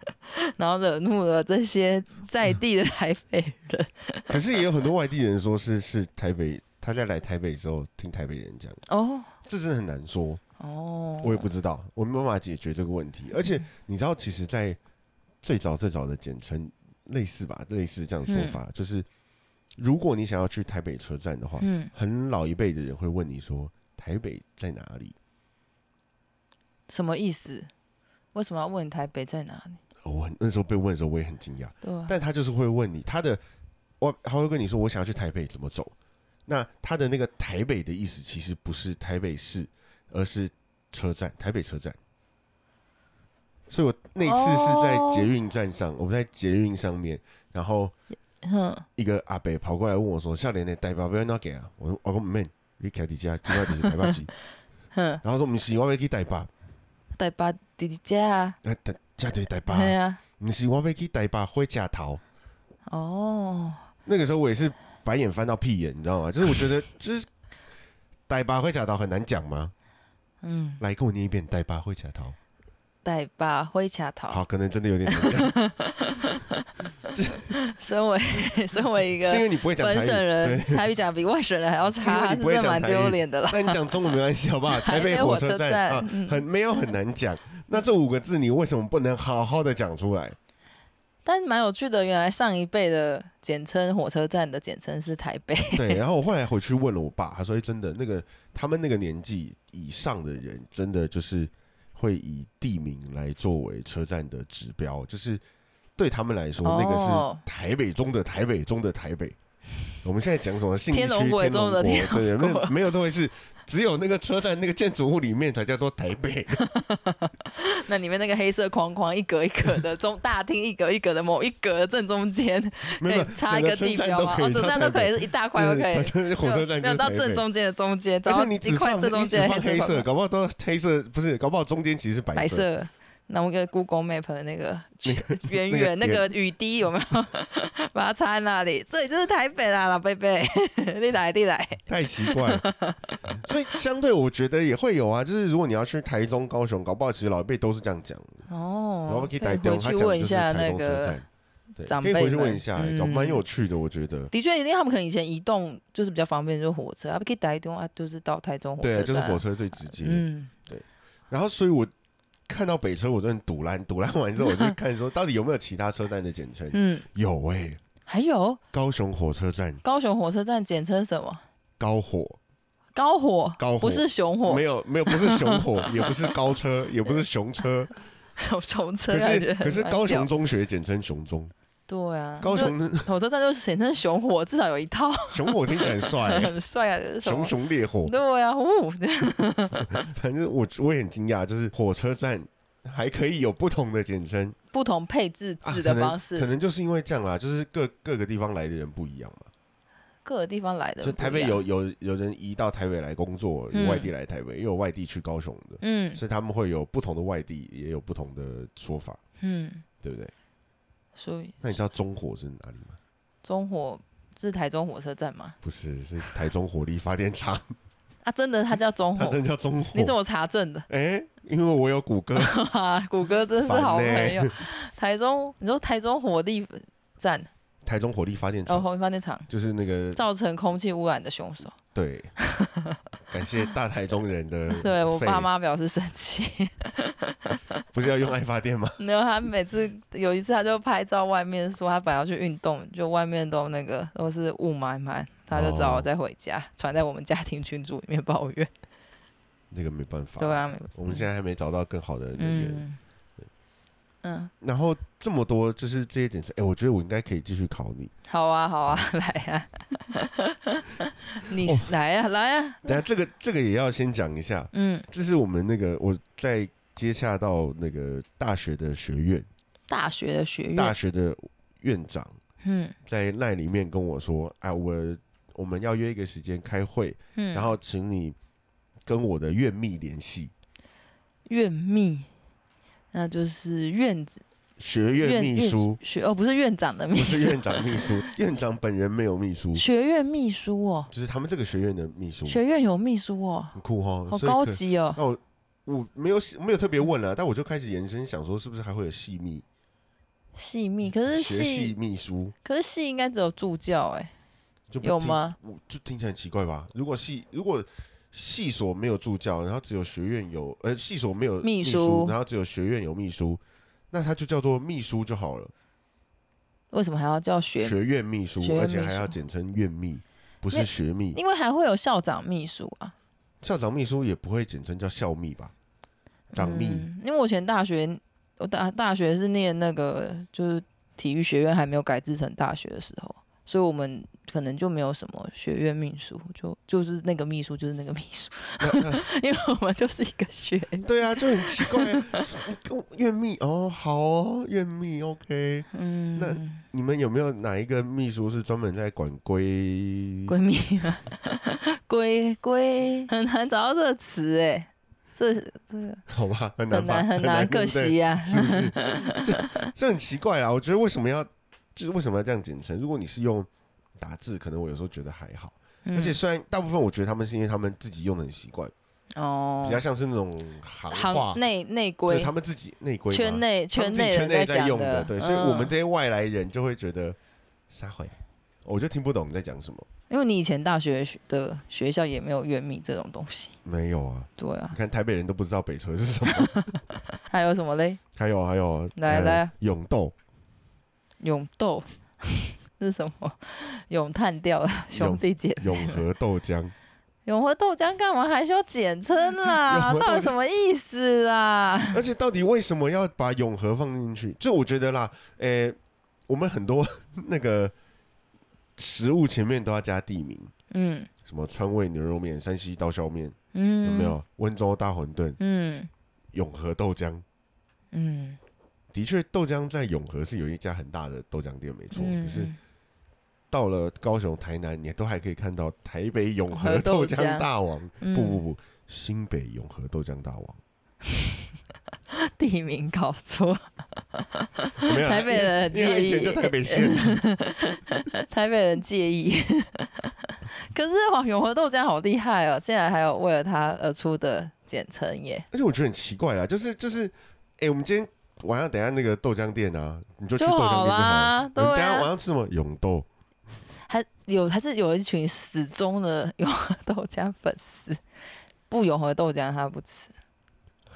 Speaker 2: 然后惹怒了这些在地的台北人。
Speaker 1: 可是也有很多外地人说是是台北，他在来台北之后听台北人讲，
Speaker 2: 哦
Speaker 1: 这真的很难说，
Speaker 2: 哦，
Speaker 1: 我也不知道，我没办法解决这个问题。而且你知道，其实，在最早最早的简称类似吧，类似这样说法，就是如果你想要去台北车站的话，
Speaker 2: 嗯，
Speaker 1: 很老一辈的人会问你说台北在哪里？
Speaker 2: 什么意思？为什么要问台北在哪里？
Speaker 1: 哦我很那时候被问的时候，我也很惊讶，
Speaker 2: 对啊吧、
Speaker 1: 但他就是会问你他的，我他会跟你说我想要去台北怎么走。那他的那个台北的意思其实不是台北市，而是车站，台北车站。所以我那次是在捷运站上，我们在捷运上面，然后
Speaker 2: 哼，
Speaker 1: 一个阿北跑过来问我说：“笑脸的代表不要那给啊？”我说：“我说 man，你开底家，今晚底是台北市。”然后说：“我们是我要去台北，
Speaker 2: 台北弟弟家啊，
Speaker 1: 那台家对台北，
Speaker 2: 对 啊，
Speaker 1: 不是我要去台北火车头。”
Speaker 2: 哦，
Speaker 1: 那个时候我也是白眼翻到屁眼，你知道吗？就是我觉得就是呆巴会假桃很难讲吗？
Speaker 2: 嗯，
Speaker 1: 来跟我念一遍呆巴会假桃，
Speaker 2: 台北灰卡桃。
Speaker 1: 好，可能真的有点难讲，
Speaker 2: 身为身为 一
Speaker 1: 是因
Speaker 2: 个
Speaker 1: 为你不会讲台
Speaker 2: 本
Speaker 1: 语，
Speaker 2: 省人，
Speaker 1: 对。
Speaker 2: 台语讲比外省人还要
Speaker 1: 是因为
Speaker 2: 差，
Speaker 1: 你
Speaker 2: 是
Speaker 1: 不会
Speaker 2: 真的
Speaker 1: 讲
Speaker 2: 蛮
Speaker 1: 台语
Speaker 2: 丢脸的啦。
Speaker 1: 那你讲中文没关系，好不好？台北火车站
Speaker 2: 台北火车站
Speaker 1: 啊，
Speaker 2: 嗯
Speaker 1: 很没有很难讲。那这五个字你为什么不能好好的讲出来？
Speaker 2: 但蛮有趣的，原来上一辈的简称火车站的简称是台北。
Speaker 1: 对，然后我后来回去问了我爸，他说：“哎真的，那个他们那个年纪以上的人，真的就是会以地名来作为车站的指标，就是对他们来说，那个是
Speaker 2: 哦
Speaker 1: 台北中的台北中的台北。我们现在讲什么信义区
Speaker 2: 天龙国中的
Speaker 1: 天龙国对
Speaker 2: 天龙国
Speaker 1: 对，没没有这回事，只有那个车站那个建筑物里面才叫做台北。
Speaker 2: 那里面那个黑色框框，一格一格的中大厅，一格一格的某一格的正中间，
Speaker 1: 没
Speaker 2: 可
Speaker 1: 有
Speaker 2: 以哎插一
Speaker 1: 整个
Speaker 2: 地
Speaker 1: 车站
Speaker 2: 标
Speaker 1: 都
Speaker 2: 嘛，
Speaker 1: 可以
Speaker 2: 哦，整
Speaker 1: 到
Speaker 2: 站都
Speaker 1: 台
Speaker 2: 可
Speaker 1: 北
Speaker 2: 以，一大块都可以
Speaker 1: 对，就是火车站
Speaker 2: 没有
Speaker 1: 就是
Speaker 2: 到
Speaker 1: 台北
Speaker 2: 正中间的中间，只
Speaker 1: 而
Speaker 2: 要
Speaker 1: 且你
Speaker 2: 一
Speaker 1: 只
Speaker 2: 块
Speaker 1: 放
Speaker 2: 正中间
Speaker 1: 你只放
Speaker 2: 的
Speaker 1: 黑
Speaker 2: 黑色
Speaker 1: 色，
Speaker 2: 框框
Speaker 1: 搞不好都黑色，不是，搞不好中间其实是白
Speaker 2: 白
Speaker 1: 色。
Speaker 2: 色。那我个 Google Map 的那个圆
Speaker 1: 那个
Speaker 2: 圆那
Speaker 1: 点
Speaker 2: 个雨滴有没有 把它插在那里？这里就是台北啦，老贝贝， 你来你来，
Speaker 1: 太奇怪了， 所以相对我觉得也会有啊，就是如果你要去台中、高雄，搞不好其实老一辈都是这样讲，然后
Speaker 2: 哦，
Speaker 1: 可以台
Speaker 2: 回
Speaker 1: 中，他讲
Speaker 2: 去
Speaker 1: 的
Speaker 2: 问
Speaker 1: 就
Speaker 2: 一
Speaker 1: 是
Speaker 2: 下那
Speaker 1: 台中车
Speaker 2: 个
Speaker 1: 站，对，
Speaker 2: 长
Speaker 1: 可以
Speaker 2: 辈
Speaker 1: 回去
Speaker 2: 们
Speaker 1: 问一下，搞
Speaker 2: 嗯
Speaker 1: 蛮有趣的，我觉得。
Speaker 2: 的确，因为他们可能以前移动就是比较方便，就是火车，啊，不可以打一通啊，就是到台中火车
Speaker 1: 对，
Speaker 2: 站，
Speaker 1: 就是火车最直接。
Speaker 2: 嗯，
Speaker 1: 然后，所以我看到北车，我真的堵烂，堵烂完之后，我 就看说到底有没有其他车站的简称？
Speaker 2: 嗯，
Speaker 1: 有哎、
Speaker 2: 还有
Speaker 1: 高雄火车站
Speaker 2: 高雄火车站简称什么？
Speaker 1: 高火，
Speaker 2: 高火，
Speaker 1: 高火
Speaker 2: 不是熊火
Speaker 1: 没，有没有，不是熊火， 也不是高车，也不是熊 车，
Speaker 2: 熊熊车
Speaker 1: 可
Speaker 2: 感觉
Speaker 1: 是
Speaker 2: 很
Speaker 1: 可是
Speaker 2: 难
Speaker 1: 高雄
Speaker 2: 掉
Speaker 1: 中学简称熊中，
Speaker 2: 对啊，
Speaker 1: 高
Speaker 2: 就
Speaker 1: 雄
Speaker 2: 火车站就是简称熊火，至少有一套
Speaker 1: 熊火听起来很帅、欸，
Speaker 2: 很帅啊， 就是什
Speaker 1: 熊
Speaker 2: 么？
Speaker 1: 熊烈火。
Speaker 2: 对啊，呜，
Speaker 1: 反正我我也很惊讶，就是火车站还可以有不同的简称
Speaker 2: 不同配置字
Speaker 1: 啊
Speaker 2: 的
Speaker 1: 可能
Speaker 2: 方式，
Speaker 1: 可能就是因为这样啦，就是各各个地方来的人不一样嘛。
Speaker 2: 各个地方来的
Speaker 1: 就
Speaker 2: 不
Speaker 1: 台
Speaker 2: 一
Speaker 1: 北
Speaker 2: 样
Speaker 1: 有，有有人移到台北来工作，
Speaker 2: 嗯
Speaker 1: 有外地来台北，也有外地去高雄的，
Speaker 2: 嗯
Speaker 1: 所以他们会有不同的外地，也有不同的说法，
Speaker 2: 嗯，
Speaker 1: 对不对？
Speaker 2: 所以
Speaker 1: 那你知道中火是哪里吗？
Speaker 2: 中火是台中火车站吗？
Speaker 1: 不是，是台中火力发电厂，
Speaker 2: 啊，真的，它叫中
Speaker 1: 它
Speaker 2: 火
Speaker 1: 真，的叫中火。
Speaker 2: 你怎么查证的？
Speaker 1: 哎、因为我有谷 歌，
Speaker 2: 哈，啊谷歌真是
Speaker 1: 烦
Speaker 2: 好朋
Speaker 1: 欸
Speaker 2: 友。台中，你说台中火力站，哦
Speaker 1: 台中火力发电
Speaker 2: 然
Speaker 1: 厂、
Speaker 2: 后火力发电厂
Speaker 1: 就是那个
Speaker 2: 造成空气污染的凶手，
Speaker 1: 对，感谢大台中人的肺。
Speaker 2: 对我爸妈表示生气。
Speaker 1: 不是要用爱发电吗？
Speaker 2: 然后他每次有一次，他就拍照外面说他本来要去运动，就外面都那个都是雾霾霾，他就只好
Speaker 1: 哦
Speaker 2: 再回家，传在我们家庭群组里面 抱怨。
Speaker 1: 那个没办法，
Speaker 2: 对啊，没
Speaker 1: 我们现在还没找到更好的能源。
Speaker 2: 嗯嗯，
Speaker 1: 然后这么多就是这些简称，哎、我觉得我应该可以继续考你。
Speaker 2: 好啊，好啊， 来啊，你
Speaker 1: 哦
Speaker 2: 来啊，来啊，
Speaker 1: 等下这个这个也要先讲一下，
Speaker 2: 嗯，
Speaker 1: 这是我们那个我在接洽到那个大学的学院，
Speaker 2: 大学的学
Speaker 1: 大
Speaker 2: 院，
Speaker 1: 学的院长
Speaker 2: 嗯
Speaker 1: 在那里面跟我说，啊，我我们要约一个时间开会，
Speaker 2: 嗯，
Speaker 1: 然后请你跟我的院秘联系，
Speaker 2: 院秘，那就是院子
Speaker 1: 学院秘书。
Speaker 2: 学哦，不是院长的秘
Speaker 1: 不是
Speaker 2: 书，
Speaker 1: 院长秘书， 院长本人没有秘书，
Speaker 2: 学院秘书哦，
Speaker 1: 就是他们这个学院的秘书，
Speaker 2: 学院有秘书哦，
Speaker 1: 很酷哈，
Speaker 2: 好
Speaker 1: 嗯所以
Speaker 2: 高
Speaker 1: 可。
Speaker 2: 级哦，
Speaker 1: 那我我没有没有特别问了，但我就开始延伸想说，是不是还会有系秘？
Speaker 2: 系秘，可是
Speaker 1: 嗯学系
Speaker 2: 系
Speaker 1: 秘书
Speaker 2: 可是系应该只有助教哎，
Speaker 1: 就不
Speaker 2: 有
Speaker 1: 听？
Speaker 2: 吗？
Speaker 1: 我就听起来很奇怪吧？如果系如果系所没有助教，然后只有学院有，呃，系所没有
Speaker 2: 秘
Speaker 1: 书，
Speaker 2: 书
Speaker 1: 然后只有学院有秘书，那他就叫做秘书就好了，
Speaker 2: 为什么还要叫学？
Speaker 1: 学院秘书
Speaker 2: 学，院
Speaker 1: 而且
Speaker 2: 秘
Speaker 1: 还要
Speaker 2: 书
Speaker 1: 简称院秘，不
Speaker 2: 因
Speaker 1: 是
Speaker 2: 为
Speaker 1: 学秘。
Speaker 2: 因为还会有校长秘书啊，
Speaker 1: 校长秘书也不会简称叫校秘吧？长秘、
Speaker 2: 嗯，因为我以前大学，我大大学是念那个就是体育学院还没有改制成大学的时候，所以我们可能就没有什么学院秘书，就就是那个秘书就是那个秘 书，因为我们就是一个学院，
Speaker 1: 对啊，就很奇怪啊。你跟我院秘哦，好哦，院秘 OK。
Speaker 2: 嗯，
Speaker 1: 你们有没有哪一个秘书是专门在管规？
Speaker 2: 闺蜜啊， 闺闺 很难找到这个词哎、这这个
Speaker 1: 好吧，很难
Speaker 2: 很
Speaker 1: 吧，
Speaker 2: 难很
Speaker 1: 难，
Speaker 2: 难，可惜啊呀、
Speaker 1: 对不对， 是不是？就就很奇怪啦。啊我觉得为什么要，就是为什么要这样简称？如果你是用打字，可能我有时候觉得还好。
Speaker 2: 嗯
Speaker 1: 而且虽然大部分我觉得他们是因为他们自己用的很习惯，比
Speaker 2: 哦
Speaker 1: 较，像是那种行话
Speaker 2: 行，内内
Speaker 1: 对
Speaker 2: 规
Speaker 1: 他们自己内规吗
Speaker 2: 圈内
Speaker 1: 他们
Speaker 2: 圈
Speaker 1: 自己
Speaker 2: 内
Speaker 1: 圈
Speaker 2: 人
Speaker 1: 内在
Speaker 2: 讲
Speaker 1: 用的，对，所以
Speaker 2: 嗯
Speaker 1: 我们这些外来人就会觉得啥回，我就听不懂你在讲什么。
Speaker 2: 因为你以前大学学的学校也没有乐迷这种东西，
Speaker 1: 没有啊，
Speaker 2: 对啊
Speaker 1: 你，看台北人都不知道北车是什么。
Speaker 2: 还有什么嘞？
Speaker 1: 还有还有，
Speaker 2: 来
Speaker 1: 呃
Speaker 2: 来，
Speaker 1: 永豆，
Speaker 2: 永斗 是什么？永探掉 了兄弟姐妹，
Speaker 1: 永和豆浆，
Speaker 2: 永和豆浆干嘛还需要简称 啦？
Speaker 1: 永和豆浆
Speaker 2: 到底什么意思啊 啦？
Speaker 1: 而且到底为什么要把永呃和放进去？就我觉得啦，诶、我们很多那个食物前面都要加地名，
Speaker 2: 嗯
Speaker 1: 什么川味牛肉面、山西刀削面，
Speaker 2: 嗯，
Speaker 1: 有没？有？温州大馄饨、
Speaker 2: 嗯
Speaker 1: 永和豆浆，
Speaker 2: 嗯，
Speaker 1: 的确，豆浆在永和是有一家很大的豆浆店，没错。
Speaker 2: 嗯
Speaker 1: 可是到了高雄、台南，你都还可以看到台北永和
Speaker 2: 和
Speaker 1: 豆
Speaker 2: 豆
Speaker 1: 浆
Speaker 2: 浆
Speaker 1: 大王，
Speaker 2: 嗯
Speaker 1: 不不不，新北永和豆浆大王。
Speaker 2: 地名搞错，
Speaker 1: 没有啦
Speaker 2: 台北人很
Speaker 1: 因为因为他以前
Speaker 2: 介意
Speaker 1: 就台北 县，
Speaker 2: 台北人介意。 可是哇，永和豆浆好厉害哦，竟然还有为了它而出的简称耶，
Speaker 1: 而且我觉得很奇怪啦，就是就是，哎、我们今天晚上等一下那个豆浆店啊，你就去
Speaker 2: 就
Speaker 1: 豆浆店
Speaker 2: 好
Speaker 1: 就好了。
Speaker 2: 啦。
Speaker 1: 我
Speaker 2: 对
Speaker 1: 们等一下晚
Speaker 2: 啊，
Speaker 1: 上吃什么永豆？
Speaker 2: 还有还是有一群死忠的永和豆浆粉丝，不永和豆浆他不吃。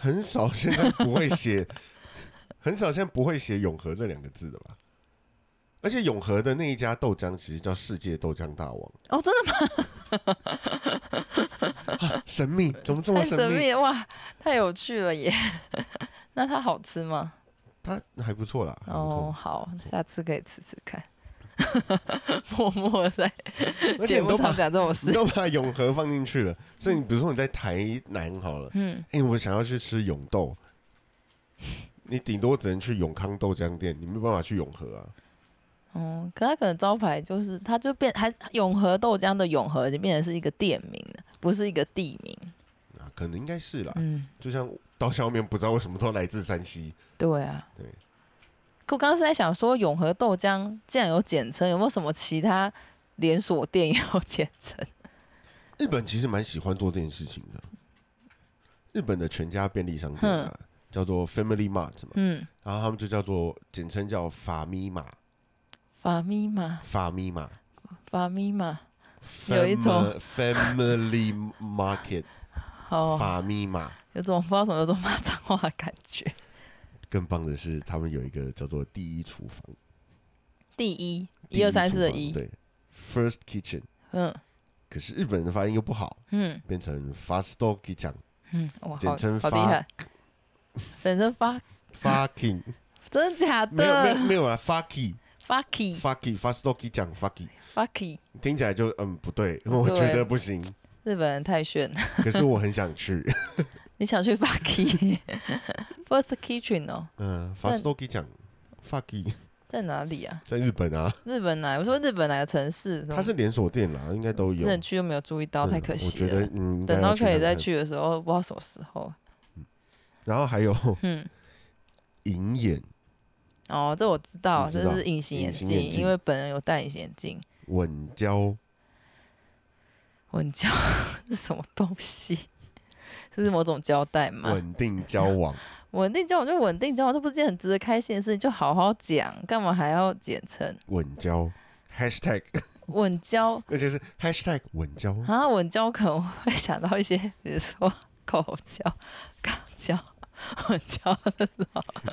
Speaker 1: 很少现在不会写， 很少现在不会写永和这两个字的吧？而且永和的那一家豆浆其实叫世界豆浆大王，
Speaker 2: 哦，真的
Speaker 1: 啊神秘，怎么这么
Speaker 2: 太
Speaker 1: 神
Speaker 2: 神
Speaker 1: 秘？
Speaker 2: 秘了哇，太有趣了耶！ 那它好吃吗？
Speaker 1: 它还不错啦，还不
Speaker 2: 哦，
Speaker 1: 错，
Speaker 2: 好，下次可以吃吃看。 默默地在
Speaker 1: 而且
Speaker 2: 节
Speaker 1: 你
Speaker 2: 目
Speaker 1: 都
Speaker 2: 上
Speaker 1: 把
Speaker 2: 讲这种
Speaker 1: 你
Speaker 2: 事，
Speaker 1: 都把永和放进 去了，所以你比如说你在台南好了，
Speaker 2: 嗯，
Speaker 1: 哎、我想要去吃永豆， 你顶多只能去永康豆浆店，你没有办法去永和啊。
Speaker 2: 哦，可它可能招牌就是，它就变还永和豆浆的永和就变成是一个店名了，不是一个地名。
Speaker 1: 啊，可能应该是啦，
Speaker 2: 嗯，
Speaker 1: 就像刀削面，不知道为什么都来自山西，
Speaker 2: 对啊，
Speaker 1: 对。
Speaker 2: 可我刚刚是在想说，永和豆浆既然有简称，有没有什么其他连锁店也有简称？
Speaker 1: 日本其实蛮喜欢做这件事情的。日本的全家便利商店啊，叫做 Family Mart 嘛，
Speaker 2: 嗯，
Speaker 1: 然后他们就叫做简称叫法咪玛，
Speaker 2: 法咪玛，
Speaker 1: 法咪玛，
Speaker 2: 法咪玛，有一种
Speaker 1: Family Market
Speaker 2: 哦，
Speaker 1: 法咪玛。
Speaker 2: 有种不知道怎么有种骂脏话的感觉。
Speaker 1: 更棒的是，他们有一个叫做第一厨房，
Speaker 2: 第一，
Speaker 1: 第
Speaker 2: 一二三四的
Speaker 1: 厨房
Speaker 2: 一，
Speaker 1: 对，First Kitchen。
Speaker 2: 嗯
Speaker 1: 可是日本人的发音又不好，
Speaker 2: 嗯
Speaker 1: 变成 Fasto Kitchen
Speaker 2: 嗯，哇，好
Speaker 1: 简称
Speaker 2: 好厉
Speaker 1: 发
Speaker 2: 害，简称发，
Speaker 1: fucking
Speaker 2: 真的假
Speaker 1: 没有没有
Speaker 2: 的
Speaker 1: 没有啦，fucky
Speaker 2: ？Fucky
Speaker 1: fucky Fasto Kitchen fucky。
Speaker 2: Fucky，
Speaker 1: 听起来就嗯不对， 我觉得不行。
Speaker 2: 日本人太炫了，
Speaker 1: 可是我很想去，
Speaker 2: 你想 去 Fucky First Kitchen 哦，
Speaker 1: 嗯
Speaker 2: 但
Speaker 1: ，Fastoki 讲 Fucky
Speaker 2: 在哪里啊？
Speaker 1: 在日本啊，
Speaker 2: 日本哪？我说日本哪个城市？
Speaker 1: 它是连锁店啦，应该都有
Speaker 2: 嗯真。的去又没有注意到，
Speaker 1: 嗯
Speaker 2: 太可惜
Speaker 1: 我觉
Speaker 2: 了
Speaker 1: 得。嗯，
Speaker 2: 等
Speaker 1: 应该要
Speaker 2: 到可以再
Speaker 1: 看看。
Speaker 2: 去的时候，不知道什么时候。
Speaker 1: 然后还有
Speaker 2: 嗯，
Speaker 1: 银眼
Speaker 2: 哦，这我知道，
Speaker 1: 你知
Speaker 2: 这
Speaker 1: 道
Speaker 2: 是隐形
Speaker 1: 隐
Speaker 2: 眼
Speaker 1: 形
Speaker 2: 镜，
Speaker 1: 眼镜
Speaker 2: 因为本人有戴隐形眼镜。
Speaker 1: 稳胶，
Speaker 2: 稳胶 是什么东西？这是某种胶带吗？
Speaker 1: 稳定交往，
Speaker 2: 稳定交往就稳定交往，这不是件很值得开心的事情，就好好讲，干嘛还要简称
Speaker 1: 稳胶 hashtag，
Speaker 2: 稳交
Speaker 1: 而且是 hashtag 稳 胶，
Speaker 2: 啊？稳交可能会想到一些，比如说口交、 肛交、稳交，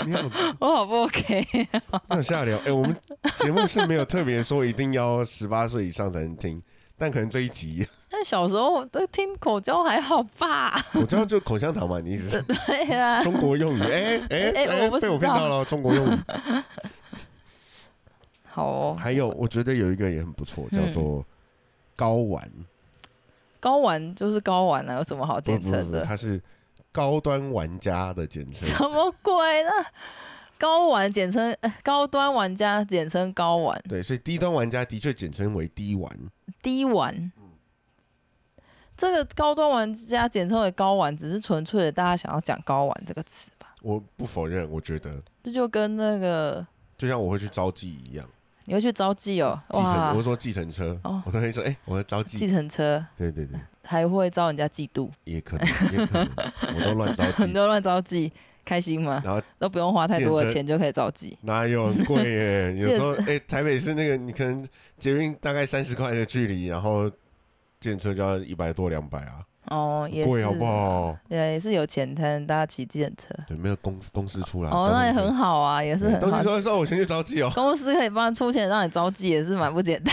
Speaker 1: 你好，
Speaker 2: 我好不 OK？
Speaker 1: 你好下聊。哎，我们节目是没有特别说一定要十八岁以上才能听，但可能这一集，
Speaker 2: 但小时候都听口交还好吧？
Speaker 1: 我知道就口香糖嘛，你一 直
Speaker 2: 对呀、
Speaker 1: 中国用语，哎哎
Speaker 2: 哎
Speaker 1: 哎
Speaker 2: 我不，知
Speaker 1: 被
Speaker 2: 道
Speaker 1: 我骗到了，中国用语。
Speaker 2: 好哦，
Speaker 1: 还有，我觉得有一个也很不错，叫
Speaker 2: 嗯
Speaker 1: 做睾丸，
Speaker 2: 高玩就是高玩啊，有什么好
Speaker 1: 不
Speaker 2: 简
Speaker 1: 不
Speaker 2: 称
Speaker 1: 不，
Speaker 2: 的？
Speaker 1: 它是高端玩家的简称
Speaker 2: 什。么鬼呢？高玩简称呃高端玩家，简称高玩，
Speaker 1: 对，所以低端玩家的确简称为低玩，
Speaker 2: 低玩。这个高端玩家简称为高玩，只是纯粹的大家想要讲高玩这个词吧？
Speaker 1: 我不否认，我觉得
Speaker 2: 这就跟那个
Speaker 1: 就像我会去招妓一样，
Speaker 2: 你会去招妓哦，
Speaker 1: 计程，
Speaker 2: 哇
Speaker 1: 我会，说计程车
Speaker 2: 哦，
Speaker 1: 我都会说，哎，我要招
Speaker 2: 计嗯
Speaker 1: 妓，
Speaker 2: 程车
Speaker 1: 对对对，
Speaker 2: 还会招人家嫉妒，
Speaker 1: 也可能，也可能，我都乱招
Speaker 2: 很
Speaker 1: 妓，
Speaker 2: 多乱招妓，开心吗？
Speaker 1: 然后
Speaker 2: 都不用花太多的
Speaker 1: 计程车
Speaker 2: 钱就可以招妓。
Speaker 1: 哪有很贵耶？ 有
Speaker 2: 计
Speaker 1: 时候，哎，台北市那个，你可能捷运大概三十块的距离，然后计程车就要一百多两百啊，
Speaker 2: 哦，也
Speaker 1: 贵
Speaker 2: 是，
Speaker 1: 好不好？
Speaker 2: 对，也是有钱才能搭骑计程车。
Speaker 1: 对，没有公公司出来。
Speaker 2: 哦，那也很好啊，也是
Speaker 1: 对
Speaker 2: 很
Speaker 1: 东
Speaker 2: 好。
Speaker 1: 西。收一收，我先去哦找自由
Speaker 2: 公司可以帮他出钱让你招妓，也是蛮不 简单，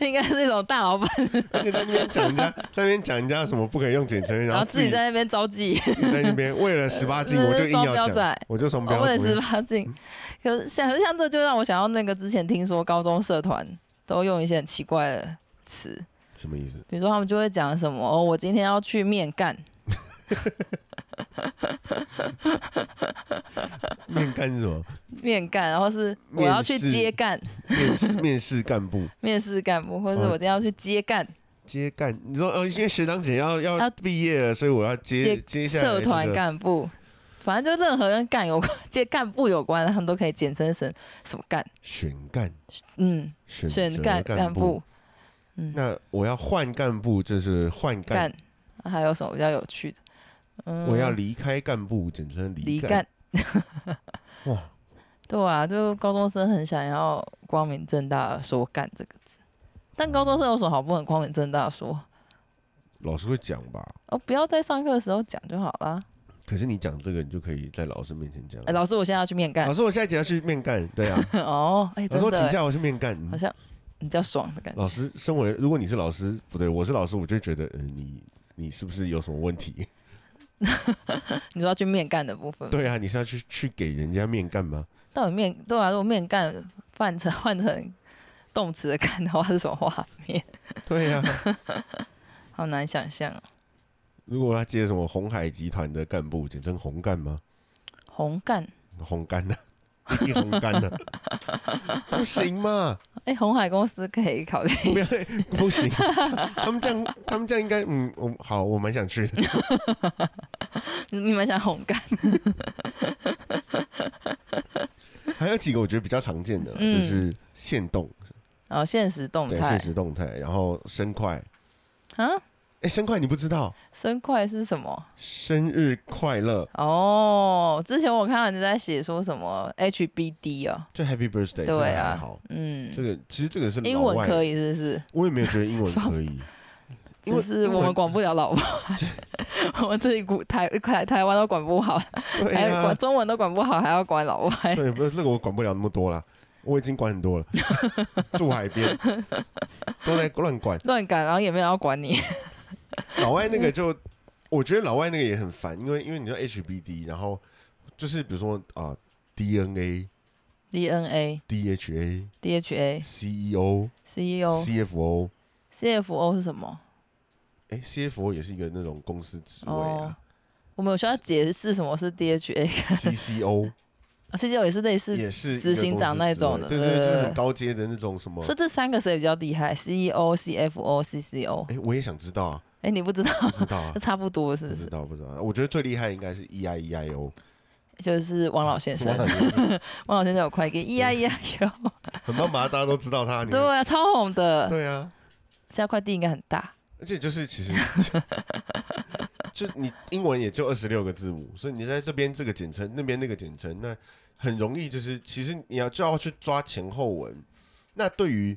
Speaker 2: 应该是一种大老板，
Speaker 1: 而且在 那边讲人 家，在那边讲人家什么不可以用简称，
Speaker 2: 然
Speaker 1: 然
Speaker 2: 后
Speaker 1: 后
Speaker 2: 自
Speaker 1: 自
Speaker 2: 己
Speaker 1: 己
Speaker 2: 在那边招妓，
Speaker 1: 自己在那边为了十八 禁，我就硬
Speaker 2: 双
Speaker 1: 要
Speaker 2: 标
Speaker 1: 讲，
Speaker 2: 仔。
Speaker 1: 我就双
Speaker 2: 我
Speaker 1: 标。嗯
Speaker 2: 为了
Speaker 1: 我就
Speaker 2: 十八禁，可是像像这就让我想到那个之前听说高中社团都用一些很奇怪的词，
Speaker 1: 什么意思？
Speaker 2: 比如说他们就会讲什么哦，我今天要去面干，
Speaker 1: 面干是什么？
Speaker 2: 面干，然后是我要去
Speaker 1: 面试
Speaker 2: 接干，
Speaker 1: 面试面试干部
Speaker 2: 面试干部，或者是
Speaker 1: 哦
Speaker 2: 我今天要去接干
Speaker 1: 接干？你说哦，因为学长姐要要
Speaker 2: 要
Speaker 1: 毕业了，所以我要接
Speaker 2: 接
Speaker 1: 接下来
Speaker 2: 社团
Speaker 1: 那个
Speaker 2: 干部，反正就任何跟干有关、接干部有关，他们都可以简称成什么干，
Speaker 1: 选干
Speaker 2: 嗯，
Speaker 1: 选
Speaker 2: 选
Speaker 1: 择
Speaker 2: 干
Speaker 1: 干
Speaker 2: 干部。嗯
Speaker 1: 那我要换干部，就是换干
Speaker 2: 干，啊还有什么比较有趣的？嗯，
Speaker 1: 我要离开干部，简称
Speaker 2: 离
Speaker 1: 干
Speaker 2: 干。。
Speaker 1: 哇，
Speaker 2: 对啊，就高中生很想要光明正大的说“干”这个字，但高中生有什么好不能光明正大地说？
Speaker 1: 老师会讲吧？
Speaker 2: 哦，不要在上课的时候讲就好啦。
Speaker 1: 可是你讲这个，你就可以在老师面前讲
Speaker 2: 哎、。老师，我现在要去面干
Speaker 1: 老。师，我下一节要去面干，对啊。
Speaker 2: 哦，哎、
Speaker 1: 老
Speaker 2: 真
Speaker 1: 啊师，我
Speaker 2: 的
Speaker 1: 请
Speaker 2: 欸，
Speaker 1: 假，我去面干。
Speaker 2: 好
Speaker 1: 嗯
Speaker 2: 像比较爽的感觉。
Speaker 1: 老师，身为如果你是老师，不对，我是老师，我就觉得，嗯，你你是不是有什么问题？
Speaker 2: 你说要去面干的部分，
Speaker 1: 对啊，你是要去去给人家面干吗？
Speaker 2: 到底面对啊，如果面干换成 换成动词的干的话是什么画面？
Speaker 1: 对啊，
Speaker 2: 好难想象、啊。
Speaker 1: 如果他接什么红海集团的干部，简称红干吗？
Speaker 2: 红干，
Speaker 1: 红干呢、啊？ 一定红干呢、 啊？不行嘛，
Speaker 2: 哎、红海公司可以考虑 一
Speaker 1: 不
Speaker 2: 下
Speaker 1: 要不行，他们这样，他们这样应该，嗯，我好，我蛮想去 的。
Speaker 2: 你你们想红干？
Speaker 1: 还有几个我觉得比较常见的，
Speaker 2: 嗯
Speaker 1: 就是限动，
Speaker 2: 然后哦现实动
Speaker 1: 对，
Speaker 2: 态
Speaker 1: 现实动态，然后生快，
Speaker 2: 啊，
Speaker 1: 哎，生快你不知道，
Speaker 2: 生快是什么？
Speaker 1: 生日快乐，
Speaker 2: 哦，之前我看到你在写说什么 HBD 哦，
Speaker 1: 就 Happy Birthday，这个
Speaker 2: 对
Speaker 1: 还
Speaker 2: 啊
Speaker 1: 好，，
Speaker 2: 嗯
Speaker 1: 这，个其实这个是
Speaker 2: 英
Speaker 1: 老
Speaker 2: 文
Speaker 1: 外，
Speaker 2: 可以是不是？
Speaker 1: 我也没有觉得英文
Speaker 2: 双
Speaker 1: 可以，因为
Speaker 2: 只是我们管不了老外， 我们自己古台台台湾都管不好，
Speaker 1: 对
Speaker 2: 还有
Speaker 1: 啊
Speaker 2: 管，中文都管不好，还要管老外。
Speaker 1: 对，不是那个我管不了那么多啦，我已经管很 多了，住海边都在乱管。
Speaker 2: 乱赶，然后也没有人要管你。
Speaker 1: 老外那个就，我觉得老外那个也很烦，因为因为你知道 HBD，然后就是比如说啊、DNA、
Speaker 2: DNA、
Speaker 1: DHA、
Speaker 2: DHA、
Speaker 1: CEO、
Speaker 2: CEO、
Speaker 1: CFO，
Speaker 2: CFO 是什么？
Speaker 1: 哎，CFO 也是一个那种公司职位
Speaker 2: 哦
Speaker 1: 啊、
Speaker 2: 我们有需要解释什么是 DHA？
Speaker 1: c c o
Speaker 2: 啊 CCO 也是类似，
Speaker 1: 也是一个
Speaker 2: 执行长
Speaker 1: 公司职位
Speaker 2: 那种的
Speaker 1: 对对对，就是很
Speaker 2: 对
Speaker 1: 高阶的那种什么。
Speaker 2: 所以这三个谁比较厉害？CEO、CFO、CCO。
Speaker 1: 哎，我也想知道啊，
Speaker 2: 哎，你不知道，
Speaker 1: 不知 道啊
Speaker 2: 那，差不多是
Speaker 1: 不
Speaker 2: 哦不
Speaker 1: 知
Speaker 2: 是？
Speaker 1: 道不知道。啊我觉得最厉害应该是 E I E I O，
Speaker 2: 就是王老先生
Speaker 1: 哇，
Speaker 2: 王老先生有快给 E 咿呀咿呀哟，
Speaker 1: 很棒吧？大家都知道他，你
Speaker 2: 对啊，超红的，
Speaker 1: 对啊，
Speaker 2: 这家快递应该很大。
Speaker 1: 而且就是其实就你英文也就二十六个字母，所以你在这边这个简称，那边那个简称，那很容易就是其实你要就要去抓前后文。那对于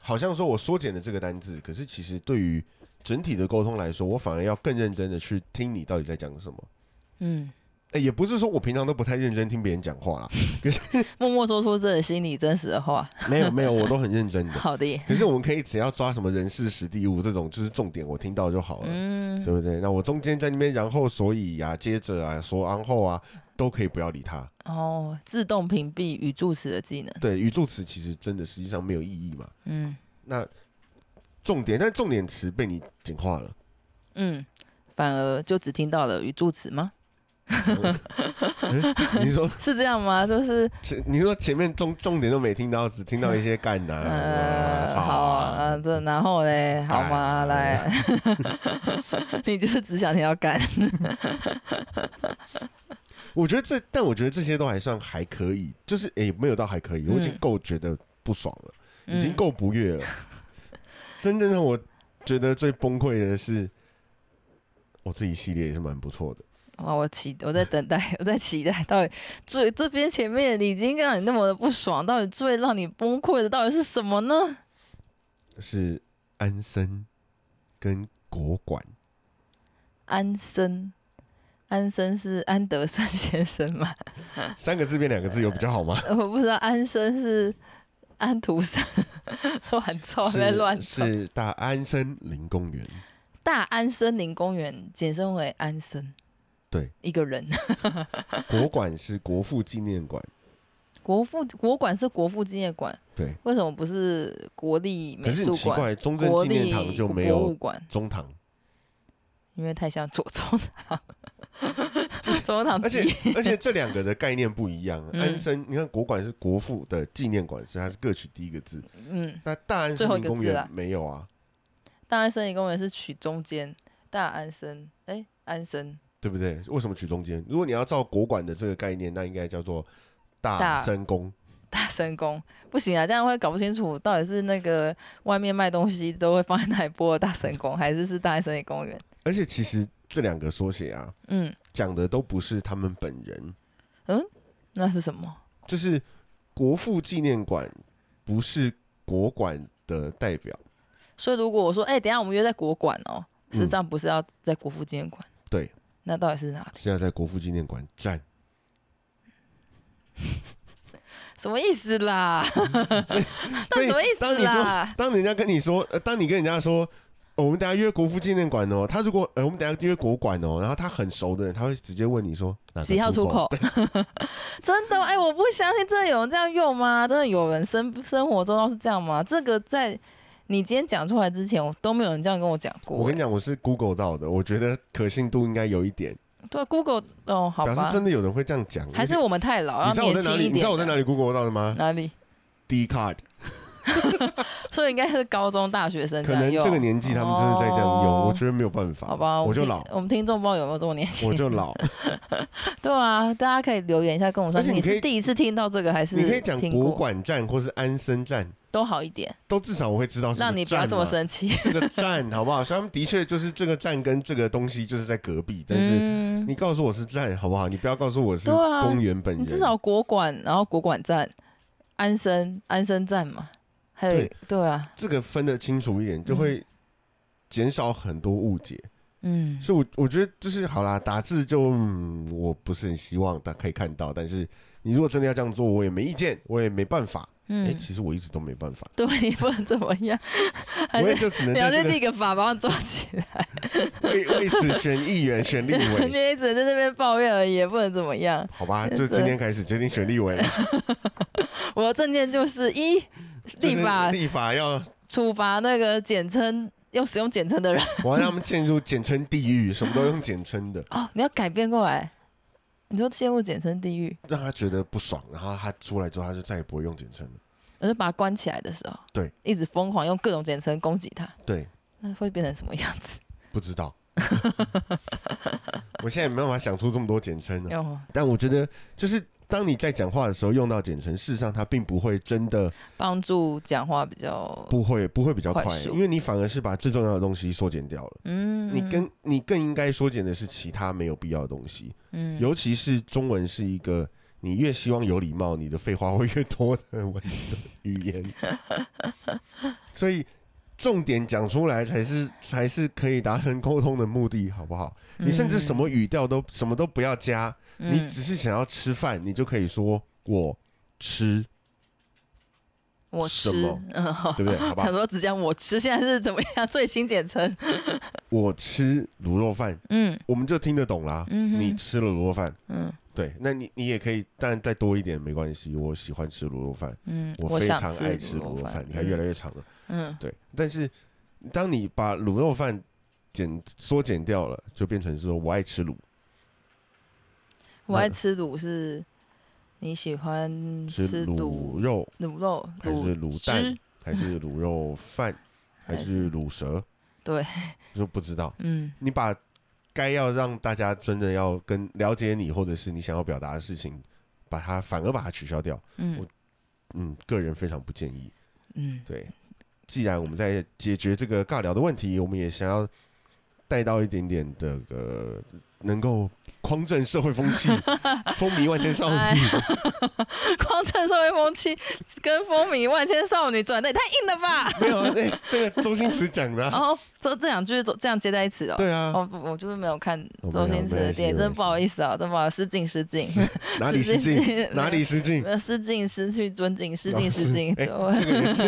Speaker 1: 好像说我缩减了这个单字，可是其实对于整体的沟通来说，我反而要更认真的去听你到底在讲什么。
Speaker 2: 嗯，
Speaker 1: 哎，也不是说我平常都不太认真听别人讲话啦，
Speaker 2: 默默说出自己的心里真实的话，
Speaker 1: 没有没有，我都很认真的。
Speaker 2: 好的。
Speaker 1: 可是我们可以只要抓什么人事、实地物这种，就是重点，我听到就好了。
Speaker 2: 嗯，
Speaker 1: 对不对？那我中间在那边，然后所以啊，接着啊，说然后啊，都可以不要理他。
Speaker 2: 哦，自动屏蔽语助词的技能。
Speaker 1: 对，语助词其实真的实际上没有意义嘛。
Speaker 2: 嗯
Speaker 1: 那重点，但重点词被你简化 了，
Speaker 2: 嗯，反而就只听到了语助词吗？
Speaker 1: 嗯你说
Speaker 2: 是这样吗？就是
Speaker 1: 前你说前面重重点都没听到，只听到一些干啊呐、
Speaker 2: 呃，
Speaker 1: 哇
Speaker 2: 好啊，啊，这然后嘞，好吗？
Speaker 1: 干
Speaker 2: 来， 你就是只想听到干。
Speaker 1: 我觉得这，但我觉得这些都还算还可以，就是也没有到还可以，我已经
Speaker 2: 嗯
Speaker 1: 够觉得不爽了。已经
Speaker 2: 嗯，
Speaker 1: 够不 悦了。真正让我觉得最崩溃的是，我自己系列也是蛮不错的。
Speaker 2: 哇，我期我在等待， 我在期待，到底最这边前面已经让你那么的不爽，到底最让你崩溃的到底是什么呢？
Speaker 1: 是安森跟国 馆，
Speaker 2: 安森，安森是安德森先生吗？
Speaker 1: 三个字变两个字有比较好吗？
Speaker 2: 我不知道，安森是安徒生， 乱凑在乱
Speaker 1: 是
Speaker 2: 凑。
Speaker 1: 是大安森林公园，
Speaker 2: 大安森林公园简称为安森，
Speaker 1: 对，
Speaker 2: 一个人。
Speaker 1: 国馆是国父纪念馆，
Speaker 2: 国父国馆是国父纪念馆，
Speaker 1: 对，
Speaker 2: 为什么不是国立美
Speaker 1: 可是
Speaker 2: 术
Speaker 1: 很奇
Speaker 2: 馆、
Speaker 1: 怪，中正
Speaker 2: 国
Speaker 1: 纪
Speaker 2: 立
Speaker 1: 念堂就没
Speaker 2: 博物
Speaker 1: 有
Speaker 2: 馆？
Speaker 1: 中堂，
Speaker 2: 因为太像左宗 棠，左宗棠
Speaker 1: 而且
Speaker 2: 鸡
Speaker 1: 而且这两个的概念不一样。啊
Speaker 2: 嗯
Speaker 1: 安生，你看国馆是国父的纪念馆，所以它是各取第一个字。
Speaker 2: 嗯，
Speaker 1: 那大安
Speaker 2: 最
Speaker 1: 森
Speaker 2: 后一
Speaker 1: 林
Speaker 2: 个
Speaker 1: 公
Speaker 2: 字
Speaker 1: 园
Speaker 2: 啦
Speaker 1: 没有啊，
Speaker 2: 大安森林公园是取中间，大安森，哎、安森
Speaker 1: 对不对？为什么取中间？如果你要照国馆的这个概念，那应该叫做大
Speaker 2: 大
Speaker 1: 森宫。
Speaker 2: 大神宫不行啊，这样会搞不清楚到底是那个外面卖东西都会放在哪里播的大神宫，还是是大安森林公园？
Speaker 1: 而且其实这两个缩写啊，
Speaker 2: 嗯，
Speaker 1: 讲的都不是他们本人，
Speaker 2: 那是什么？
Speaker 1: 就是国父纪念馆不是国馆的代表。
Speaker 2: 所以如果我说，哎、等一下我们约在国馆哦，实际上不是要在国父纪念馆，
Speaker 1: 嗯对，
Speaker 2: 那到底是哪里？
Speaker 1: 是要在国父纪念馆 站，
Speaker 2: 什么意思啦？
Speaker 1: 所
Speaker 2: 那
Speaker 1: 以
Speaker 2: 什么意
Speaker 1: 当
Speaker 2: 思
Speaker 1: 你说，
Speaker 2: 啦？
Speaker 1: 当人家跟你说，呃，当你跟人家说，呃我们等一下约国父纪念馆哦，他如果，呃，我们等一下约国馆哦，然后他很熟的人，他会直接问你说哪个
Speaker 2: 几号出口？ 真的哎、我不相信真的有人这样用吗？真的有人生生活中要是这样吗？这个在你今天讲出来之前，我都没有人这样跟我讲过、
Speaker 1: 我跟你
Speaker 2: 讲，
Speaker 1: 讲，我是 Google 到的，我觉得可信度应该有一点，
Speaker 2: 对，Google 哦，好
Speaker 1: 表示
Speaker 2: 吧，
Speaker 1: 真的有人会这样讲。
Speaker 2: 还是我们太老，
Speaker 1: 你
Speaker 2: 要
Speaker 1: 知道我
Speaker 2: 年
Speaker 1: 在哪
Speaker 2: 轻
Speaker 1: 里？
Speaker 2: 一点。
Speaker 1: 你知道我在哪里 Google 到的吗
Speaker 2: 哪里？
Speaker 1: ？D card，
Speaker 2: 所以应该是高中大学生
Speaker 1: 可
Speaker 2: 样
Speaker 1: 能
Speaker 2: 用
Speaker 1: 这个年纪他们真的在这样用，
Speaker 2: 哦
Speaker 1: 我觉得没有办法。
Speaker 2: 好吧，
Speaker 1: 我
Speaker 2: 们
Speaker 1: 就
Speaker 2: 听
Speaker 1: 老，
Speaker 2: 我们听众不知道有没有这么年 轻。
Speaker 1: 我就老。
Speaker 2: 对啊，大家可以留言一下跟我说，
Speaker 1: 而且你可以
Speaker 2: 是第一次听到这个还是
Speaker 1: 你可以讲
Speaker 2: 听
Speaker 1: 国
Speaker 2: 过
Speaker 1: 馆站或是安生站，
Speaker 2: 都好一点，
Speaker 1: 都至少我会知哦道是个
Speaker 2: 让你不要
Speaker 1: 站
Speaker 2: 这么
Speaker 1: 嘛
Speaker 2: 生气。
Speaker 1: 这个站好不好？所以他们的确就是这个站跟这个东西就是在隔壁，但是
Speaker 2: 嗯，
Speaker 1: 你告诉我是站好不好？你不要告诉我是
Speaker 2: 对啊
Speaker 1: 公园本人。
Speaker 2: 你至少国馆，然后国馆站、安生、安生站嘛，还有
Speaker 1: 对
Speaker 2: 对啊，
Speaker 1: 这个分得清楚一点，就会减少很多误解。
Speaker 2: 嗯，
Speaker 1: 所以我，我觉得就是好啦，打字就、嗯、我不是很希望大家可以看到，但是你如果真的要这样做，我也没意见，我也没办法。哎、
Speaker 2: 嗯，
Speaker 1: 其实我一直都没 办法，
Speaker 2: 对你不能怎么 样，还
Speaker 1: 我也
Speaker 2: 是
Speaker 1: 就只能
Speaker 2: 你要
Speaker 1: 在
Speaker 2: 去
Speaker 1: 这
Speaker 2: 立
Speaker 1: 个
Speaker 2: 个法把我抓起来，
Speaker 1: 为为此选议员、选立
Speaker 2: 你
Speaker 1: 委，
Speaker 2: 也只能在那边抱怨而已，也不能怎么样。
Speaker 1: 好吧？
Speaker 2: 真
Speaker 1: 就
Speaker 2: 的
Speaker 1: 今天开始决定选立委了，
Speaker 2: 我的证件就是一
Speaker 1: 就是
Speaker 2: 立法
Speaker 1: 立法要
Speaker 2: 处罚那个简称用使用简称的人
Speaker 1: 我要让他们进入简称地狱，什么都用简称的，
Speaker 2: 哦，你要改变过来，你说陷入简称地狱，
Speaker 1: 让他觉得不爽，然后他出来之后，他就再也不会用简称了。
Speaker 2: 我就把他关起来的时候，
Speaker 1: 对，
Speaker 2: 一直疯狂用各种简称攻击他，
Speaker 1: 对，
Speaker 2: 那会变成什么样子？
Speaker 1: 不知道， 我现在没办法想出这么多简称了。
Speaker 2: 哦，
Speaker 1: 但我觉得，就是当你在讲话的时候用到简称，事实上它并不会真的
Speaker 2: 帮助讲话比较
Speaker 1: 不会不会比较快
Speaker 2: 快，速
Speaker 1: 因为你反而是把最重要的东西缩减掉了。
Speaker 2: 嗯，
Speaker 1: 你跟你更应该缩减的是其他没有必要的东西，
Speaker 2: 嗯
Speaker 1: 尤其是中文是一个你越希望有礼貌，你的废话会越多的文语 言，所以重点讲出来才是才是可以达成沟通的目的，好不好？你甚至什么语调都什么都不要加，
Speaker 2: 嗯
Speaker 1: 你只是想要吃饭，你就可以说我吃，
Speaker 2: 我
Speaker 1: 什
Speaker 2: 吃，
Speaker 1: 么
Speaker 2: 嗯，好
Speaker 1: 对不对？好不
Speaker 2: 想
Speaker 1: 好？
Speaker 2: 说只 讲我吃，现在是怎么样最新 简称？
Speaker 1: 我吃卤肉饭，
Speaker 2: 嗯
Speaker 1: 我们就听得懂啦。
Speaker 2: 嗯哼
Speaker 1: 你吃了卤肉饭，
Speaker 2: 嗯
Speaker 1: 对，那你你也可以，但再多一点没关系。我喜欢吃卤肉饭，
Speaker 2: 嗯，
Speaker 1: 我非
Speaker 2: 想
Speaker 1: 常爱吃
Speaker 2: 卤
Speaker 1: 卤肉饭
Speaker 2: 饭，，
Speaker 1: 你看越来越长了。
Speaker 2: 嗯
Speaker 1: 对，但是当你把卤肉饭减缩减掉了，就变成说我爱吃卤，
Speaker 2: 我爱
Speaker 1: 那
Speaker 2: 吃卤是你喜欢
Speaker 1: 吃
Speaker 2: 吃
Speaker 1: 卤
Speaker 2: 卤
Speaker 1: 肉
Speaker 2: 卤肉
Speaker 1: 还是卤
Speaker 2: 汁
Speaker 1: 蛋，还是卤肉饭，还是卤蛇，
Speaker 2: 对，
Speaker 1: 就不知道。
Speaker 2: 嗯
Speaker 1: 你把该要让大家真的要跟了解你，或者是你想要表达的事情，把它反而把它取消掉，
Speaker 2: 嗯
Speaker 1: 我嗯，个人非常不建议。
Speaker 2: 嗯，
Speaker 1: 对，既然我们在解决这个尬聊的问题，我们也想要带到一点点这个能够匡正社会风 气、风靡万千少
Speaker 2: 哎
Speaker 1: 女。
Speaker 2: 光正社会风气跟风靡万千少女转的也太硬了吧？
Speaker 1: 没有啊，哎、这个周星驰讲 的
Speaker 2: 然
Speaker 1: 啊、
Speaker 2: 后这这两句走这样接在一起哦。
Speaker 1: 对啊，
Speaker 2: 哦哦，不我就是没有看
Speaker 1: 哦
Speaker 2: 周
Speaker 1: 没有
Speaker 2: 星驰
Speaker 1: 没关
Speaker 2: 的
Speaker 1: 系
Speaker 2: 电影，
Speaker 1: 没
Speaker 2: 真
Speaker 1: 关
Speaker 2: 不好意思啊，真不好意思，失敬 失敬，
Speaker 1: 哪里失
Speaker 2: 是
Speaker 1: 敬
Speaker 2: 是，
Speaker 1: 哪里失敬，
Speaker 2: 呃失敬失去尊敬，失
Speaker 1: 哦
Speaker 2: 敬
Speaker 1: 是
Speaker 2: 失敬。
Speaker 1: 哎
Speaker 2: 对
Speaker 1: 这个也是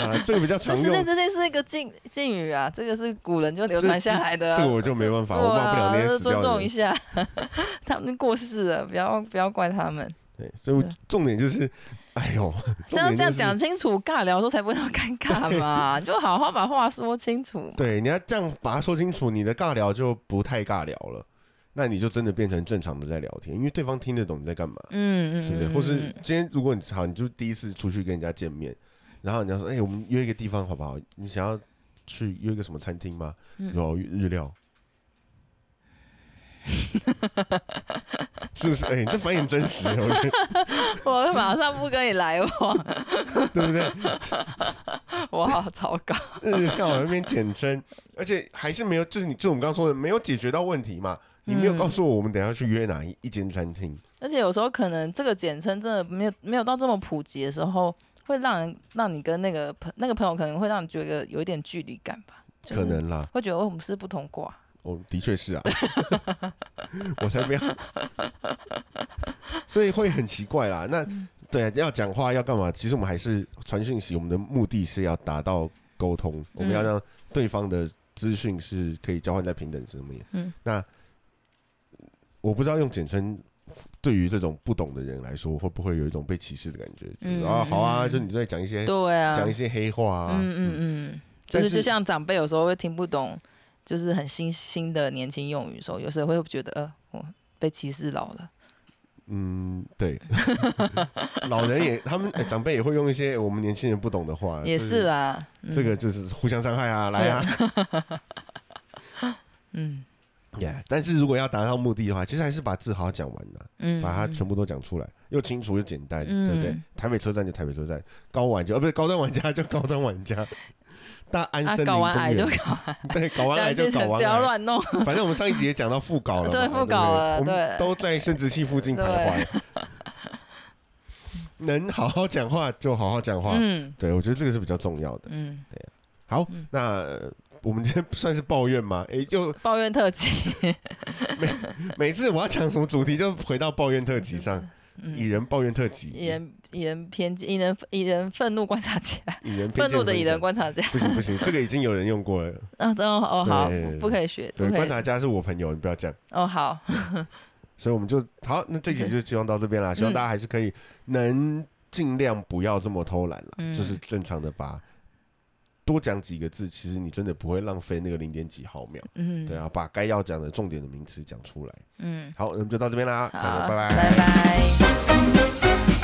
Speaker 1: 啊，这个比较
Speaker 2: 这
Speaker 1: 常
Speaker 2: 失
Speaker 1: 用
Speaker 2: 敬，失敬是一个敬敬语啊，这个是古人就流
Speaker 1: 这
Speaker 2: 传下来的啊、
Speaker 1: 这个我就没办法，我
Speaker 2: 对
Speaker 1: 忘不了
Speaker 2: 啊，
Speaker 1: 那些
Speaker 2: 就
Speaker 1: 死掉
Speaker 2: 尊
Speaker 1: 的
Speaker 2: 重一
Speaker 1: 人。
Speaker 2: 下， 他们过世了，不要不要怪他们。
Speaker 1: 对，所以我
Speaker 2: 对
Speaker 1: 重点就是哎呦，
Speaker 2: 这样
Speaker 1: 重点就是
Speaker 2: 这样讲清楚，尬聊的时候才不会那么尴尬 嘛。你就好好把话说清楚。
Speaker 1: 对，你要这样把它说清楚，你的尬聊就不太尬聊了，那你就真的变成正常的在聊天，因为对方听得懂你在干嘛，
Speaker 2: 嗯嗯，
Speaker 1: 对不对？
Speaker 2: 嗯
Speaker 1: 或是
Speaker 2: 嗯
Speaker 1: 今天如果你好，你就第一次出去跟人家见面，然后人家说，哎、我们约一个地方好不好？你想要去约一个什么餐厅吗？
Speaker 2: 嗯
Speaker 1: 有啊日 料。是不是？哎、你这反应很真实，我觉得，
Speaker 2: 嗯我就马上不跟你来往，
Speaker 1: 对不对？
Speaker 2: 我好糟糕。
Speaker 1: 日料那边简称，而且还是没有，就是你，就是我们刚刚说的，没有解决到问题嘛。你没有
Speaker 2: 嗯
Speaker 1: 告诉我，我们等一下去约哪一一间餐厅？
Speaker 2: 而且有时候可能这个简称真的没有没有到这么普及的时候，会让人让你跟那个朋那个朋友可能会让你觉得有一点距离感吧，就是
Speaker 1: 可能啦，
Speaker 2: 会觉得哦我们是不同卦。
Speaker 1: 我的确是啊， 我才不要，所以会很奇怪啦。那
Speaker 2: 嗯
Speaker 1: 对啊，要讲话要干嘛？其实我们还是传讯息，我们的目的是要达到沟通，
Speaker 2: 嗯
Speaker 1: 我们要让对方的资讯是可以交换在平等上面。
Speaker 2: 嗯，
Speaker 1: 那我不知道用简称。对于这种不懂的人来说，会不会有一种被歧视的感觉？就是
Speaker 2: 嗯
Speaker 1: 啊，好啊，
Speaker 2: 嗯
Speaker 1: 就你在讲一些
Speaker 2: 对啊，
Speaker 1: 讲一些黑话啊，
Speaker 2: 嗯嗯嗯，就
Speaker 1: 但
Speaker 2: 是就是像长辈有时候会听不懂，就是很新新的年轻用语的时候，有时候会觉得呃我被歧视老了。
Speaker 1: 嗯，对，老人也，他们、哎长辈也会用一些我们年轻人不懂的话，
Speaker 2: 也
Speaker 1: 啊就是
Speaker 2: 啦，嗯
Speaker 1: 这个就是互相伤害啊，来啊，
Speaker 2: 嗯
Speaker 1: Yeah，但是如果要达到目的的话，其实还是把字好好讲完呐、
Speaker 2: 嗯，
Speaker 1: 把它
Speaker 2: 嗯
Speaker 1: 全部都讲出来，又清楚又简单，
Speaker 2: 嗯
Speaker 1: 对不对？台北车站就台北车站，高玩家呃不是高端玩家就高端玩 家，大安
Speaker 2: 啊
Speaker 1: 森林
Speaker 2: 搞
Speaker 1: 公
Speaker 2: 完癌
Speaker 1: 园
Speaker 2: 就搞完，
Speaker 1: 对，搞完
Speaker 2: 这
Speaker 1: 癌
Speaker 2: 样
Speaker 1: 就
Speaker 2: 记
Speaker 1: 搞
Speaker 2: 得
Speaker 1: 完
Speaker 2: 不要
Speaker 1: 癌，
Speaker 2: 乱弄。
Speaker 1: 反正我们上一集也讲到副稿了嘛，
Speaker 2: 对
Speaker 1: 不
Speaker 2: 副稿了
Speaker 1: 我们
Speaker 2: 对
Speaker 1: 都在生殖器附近徘徊。 能好好讲话就好好讲话，
Speaker 2: 嗯
Speaker 1: 对我觉得这个是比较重要的。
Speaker 2: 嗯，
Speaker 1: 好
Speaker 2: 嗯，
Speaker 1: 那呃我们今天算是抱怨吗？诶，就
Speaker 2: 抱怨特 辑，
Speaker 1: 每次我要讲什么主题，就回到抱怨特辑上，
Speaker 2: 嗯
Speaker 1: 蚁人抱怨特辑，
Speaker 2: 引人引人偏见，引人引人愤怒观察家，
Speaker 1: 蚁人偏
Speaker 2: 愤
Speaker 1: 见
Speaker 2: 怒的
Speaker 1: 分
Speaker 2: 引
Speaker 1: 享
Speaker 2: 人观 察家。
Speaker 1: 不行不行，这个已经有人用过了。
Speaker 2: 啊，真的哦，好
Speaker 1: 对对对，
Speaker 2: 不可以学，不
Speaker 1: 对，
Speaker 2: 可
Speaker 1: 观
Speaker 2: 以。
Speaker 1: 察家是我朋友，你不要讲。
Speaker 2: 哦，好，
Speaker 1: 所以我们就好，那这集就希望到这边
Speaker 2: 嗯
Speaker 1: 啦。希望大家还是可以能尽量不要这么偷懒啦，
Speaker 2: 嗯
Speaker 1: 就是正常的把多讲几个字，其实你真的不会浪费那个零点几毫秒。
Speaker 2: 嗯，
Speaker 1: 对啊，把该要讲的重点的名词讲出来。
Speaker 2: 嗯，
Speaker 1: 好，那我们就到这边啦，
Speaker 2: 好
Speaker 1: 大家，拜
Speaker 2: 拜拜。
Speaker 3: Thank